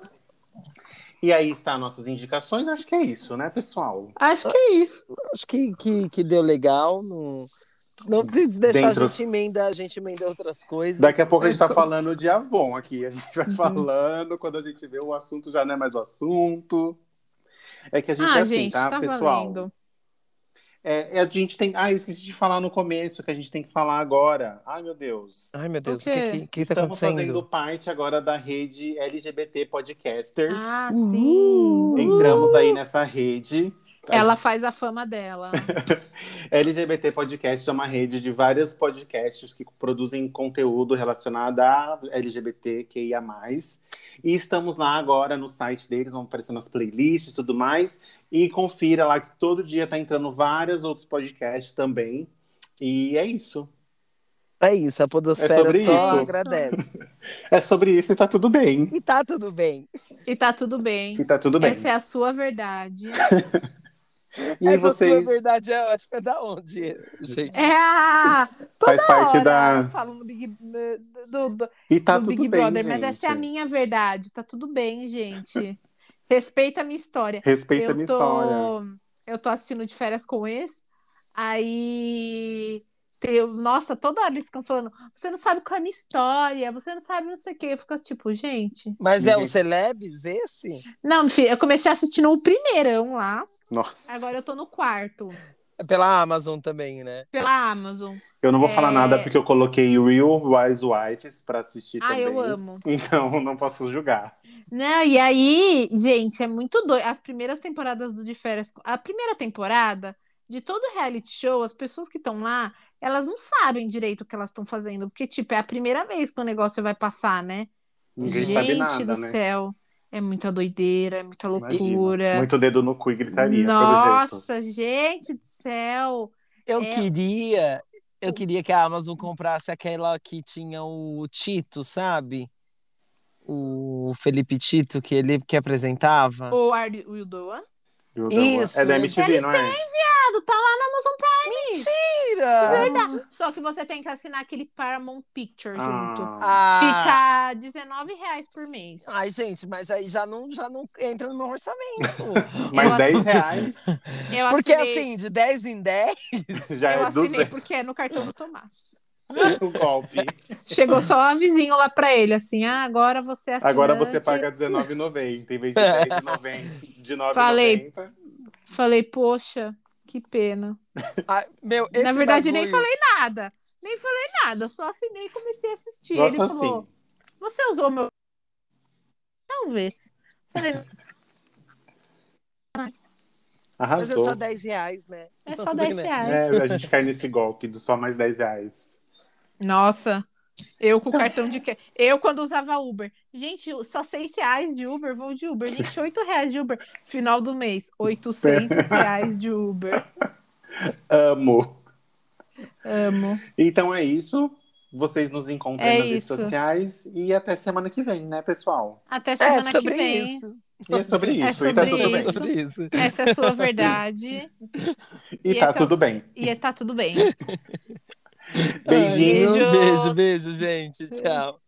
B: E aí está nossas indicações, acho que é isso, né, pessoal?
D: Acho que é isso.
E: Acho que, que, que deu legal. Não, não precisa deixar
B: Dentro-
E: a gente emenda, a gente emenda outras coisas.
B: Daqui a pouco a gente tá falando de Avon aqui. A gente
D: Uhum.
B: vai falando, quando a gente vê o assunto já não é mais o assunto. É que a gente é
D: ah,
B: assim,
D: gente,
B: tá,
D: tá
B: pessoal?
D: valendo.
B: É, é, a gente tem. Ah, eu esqueci de falar no começo que a gente tem que falar agora. Ai, meu Deus.
E: Ai, meu Deus, o
D: O
E: que,
D: quê?
E: que, que tá
B: Estamos fazendo
E: acontecendo?
B: parte agora da rede LGBT Podcasters.
D: Ah,
E: Uhul.
D: sim.
B: Entramos aí nessa rede.
D: Ela faz a fama dela.
B: LGBT Podcast é uma rede de vários podcasts que produzem conteúdo relacionado a LGBTQIA+. E estamos lá agora no site deles, vão aparecendo as playlists e tudo mais. E confira lá que todo dia tá entrando vários outros podcasts também. E é isso.
E: É isso, a Podosfera
B: É sobre
E: só
B: isso.
E: agradece.
B: É sobre isso e tá tudo bem.
E: E tá tudo bem.
D: E tá tudo bem.
B: E tá tudo bem.
D: Essa é a sua verdade.
B: E
E: Essa é sua
B: vocês
E: verdade é ótima. É da onde esse, gente?
D: É a...
B: faz
D: Toda
B: parte
D: hora
B: da.
D: falam do Big, do, do-
B: E tá
D: do
B: tudo
D: Big
B: bem.
D: Brother, mas essa é a
B: gente.
D: minha verdade. Tá tudo bem, gente. Respeita a minha história.
B: Respeita a
D: eu
B: minha
D: tô...
B: história.
D: Eu tô assistindo de férias com ex. Aí. Eu, nossa, toda hora eles ficam falando: você não sabe qual é a minha história, você não sabe não sei o quê. Eu fico tipo, gente.
E: Mas é o
B: Gente.
E: Celebs esse?
D: Não, filho, eu comecei assistindo o primeirão lá,
B: Nossa.
D: agora eu tô no quarto,
E: É pela Amazon também, né?
D: pela Amazon.
B: Eu não vou falar
D: É.
B: nada porque eu coloquei Real Wise Wives pra assistir
D: Ah,
B: também.
D: eu amo.
B: Então não posso julgar.
D: Não, e aí, gente, é muito doido. As primeiras temporadas do De Férias. A primeira temporada de todo reality show, as pessoas que estão lá, elas não sabem direito o que elas estão fazendo. Porque, tipo, é a primeira vez que o negócio vai passar, né?
B: Ninguém
D: gente
B: sabe nada,
D: do
B: né?
D: céu. É muita doideira, é muita
B: Imagina.
D: loucura.
B: Muito dedo no cu e gritaria, pelo jeito.
D: Nossa, gente do céu.
E: Eu
D: É.
E: queria, eu queria que a Amazon comprasse aquela que tinha o Tito, sabe? O Felipe Tito que ele que apresentava.
D: O Arlie Wildoa.
B: Eu dou-
E: Isso,
B: é da
E: mas
B: MTV, não é?
D: Tá lá na Amazon
B: Ah,
E: Mentira!
D: Verdade. Só que você tem que assinar aquele Paramount Picture junto.
B: Ah,
E: Ah,
D: Fica R$19,00 por mês.
E: ai gente, mas aí já não já não entra no meu orçamento.
B: mas
D: eu-
B: 10 reais
D: Eu
E: Porque
D: assinei,
E: assim, de 10 em 10,
B: já
D: Ah, eu
B: é do
D: assinei porque é no cartão do Tomás.
B: o golpe.
D: Chegou só um avisinho lá pra ele, assim, ah, agora você assinante.
B: Agora você paga R$19,90 em vez de R$10,90. De R$9,90.
D: Falei. Falei, poxa, que pena.
E: ah, meu, esse
D: Na verdade, nem
E: bagulho-
D: falei nada. Nem falei nada, só assinei e comecei a assistir. ele
B: Gosto
D: falou,
B: assim.
D: você usou meu... Talvez. Falei,
E: Mas é
B: Arrasou.
E: só 10 reais, né?
D: é só 10 reais.
B: É, a gente cai nesse golpe do só mais 10 reais.
D: Nossa, eu
E: Então
D: com o cartão de crédito. Eu quando usava Uber. Gente, só seis reais de Uber, vou de Uber. Gente, oito reais de Uber. Final do mês, 800 reais de Uber.
B: Amo.
D: Amo.
B: Então é isso. Vocês nos encontram
D: É
B: nas redes
D: isso.
B: sociais e até semana que vem, né, pessoal?
D: Até
E: É
D: semana que
E: sobre
D: vem.
E: isso.
B: E é sobre isso,
D: É
B: e tá tudo
D: sobre
E: É
B: bem.
E: sobre isso.
D: Essa é a sua verdade.
B: E,
D: E
B: tá
D: esse é o-
B: tudo bem.
D: E tá tudo bem.
B: Beijinhos.
D: Beijo.
E: Beijo, beijo, gente. Tchau.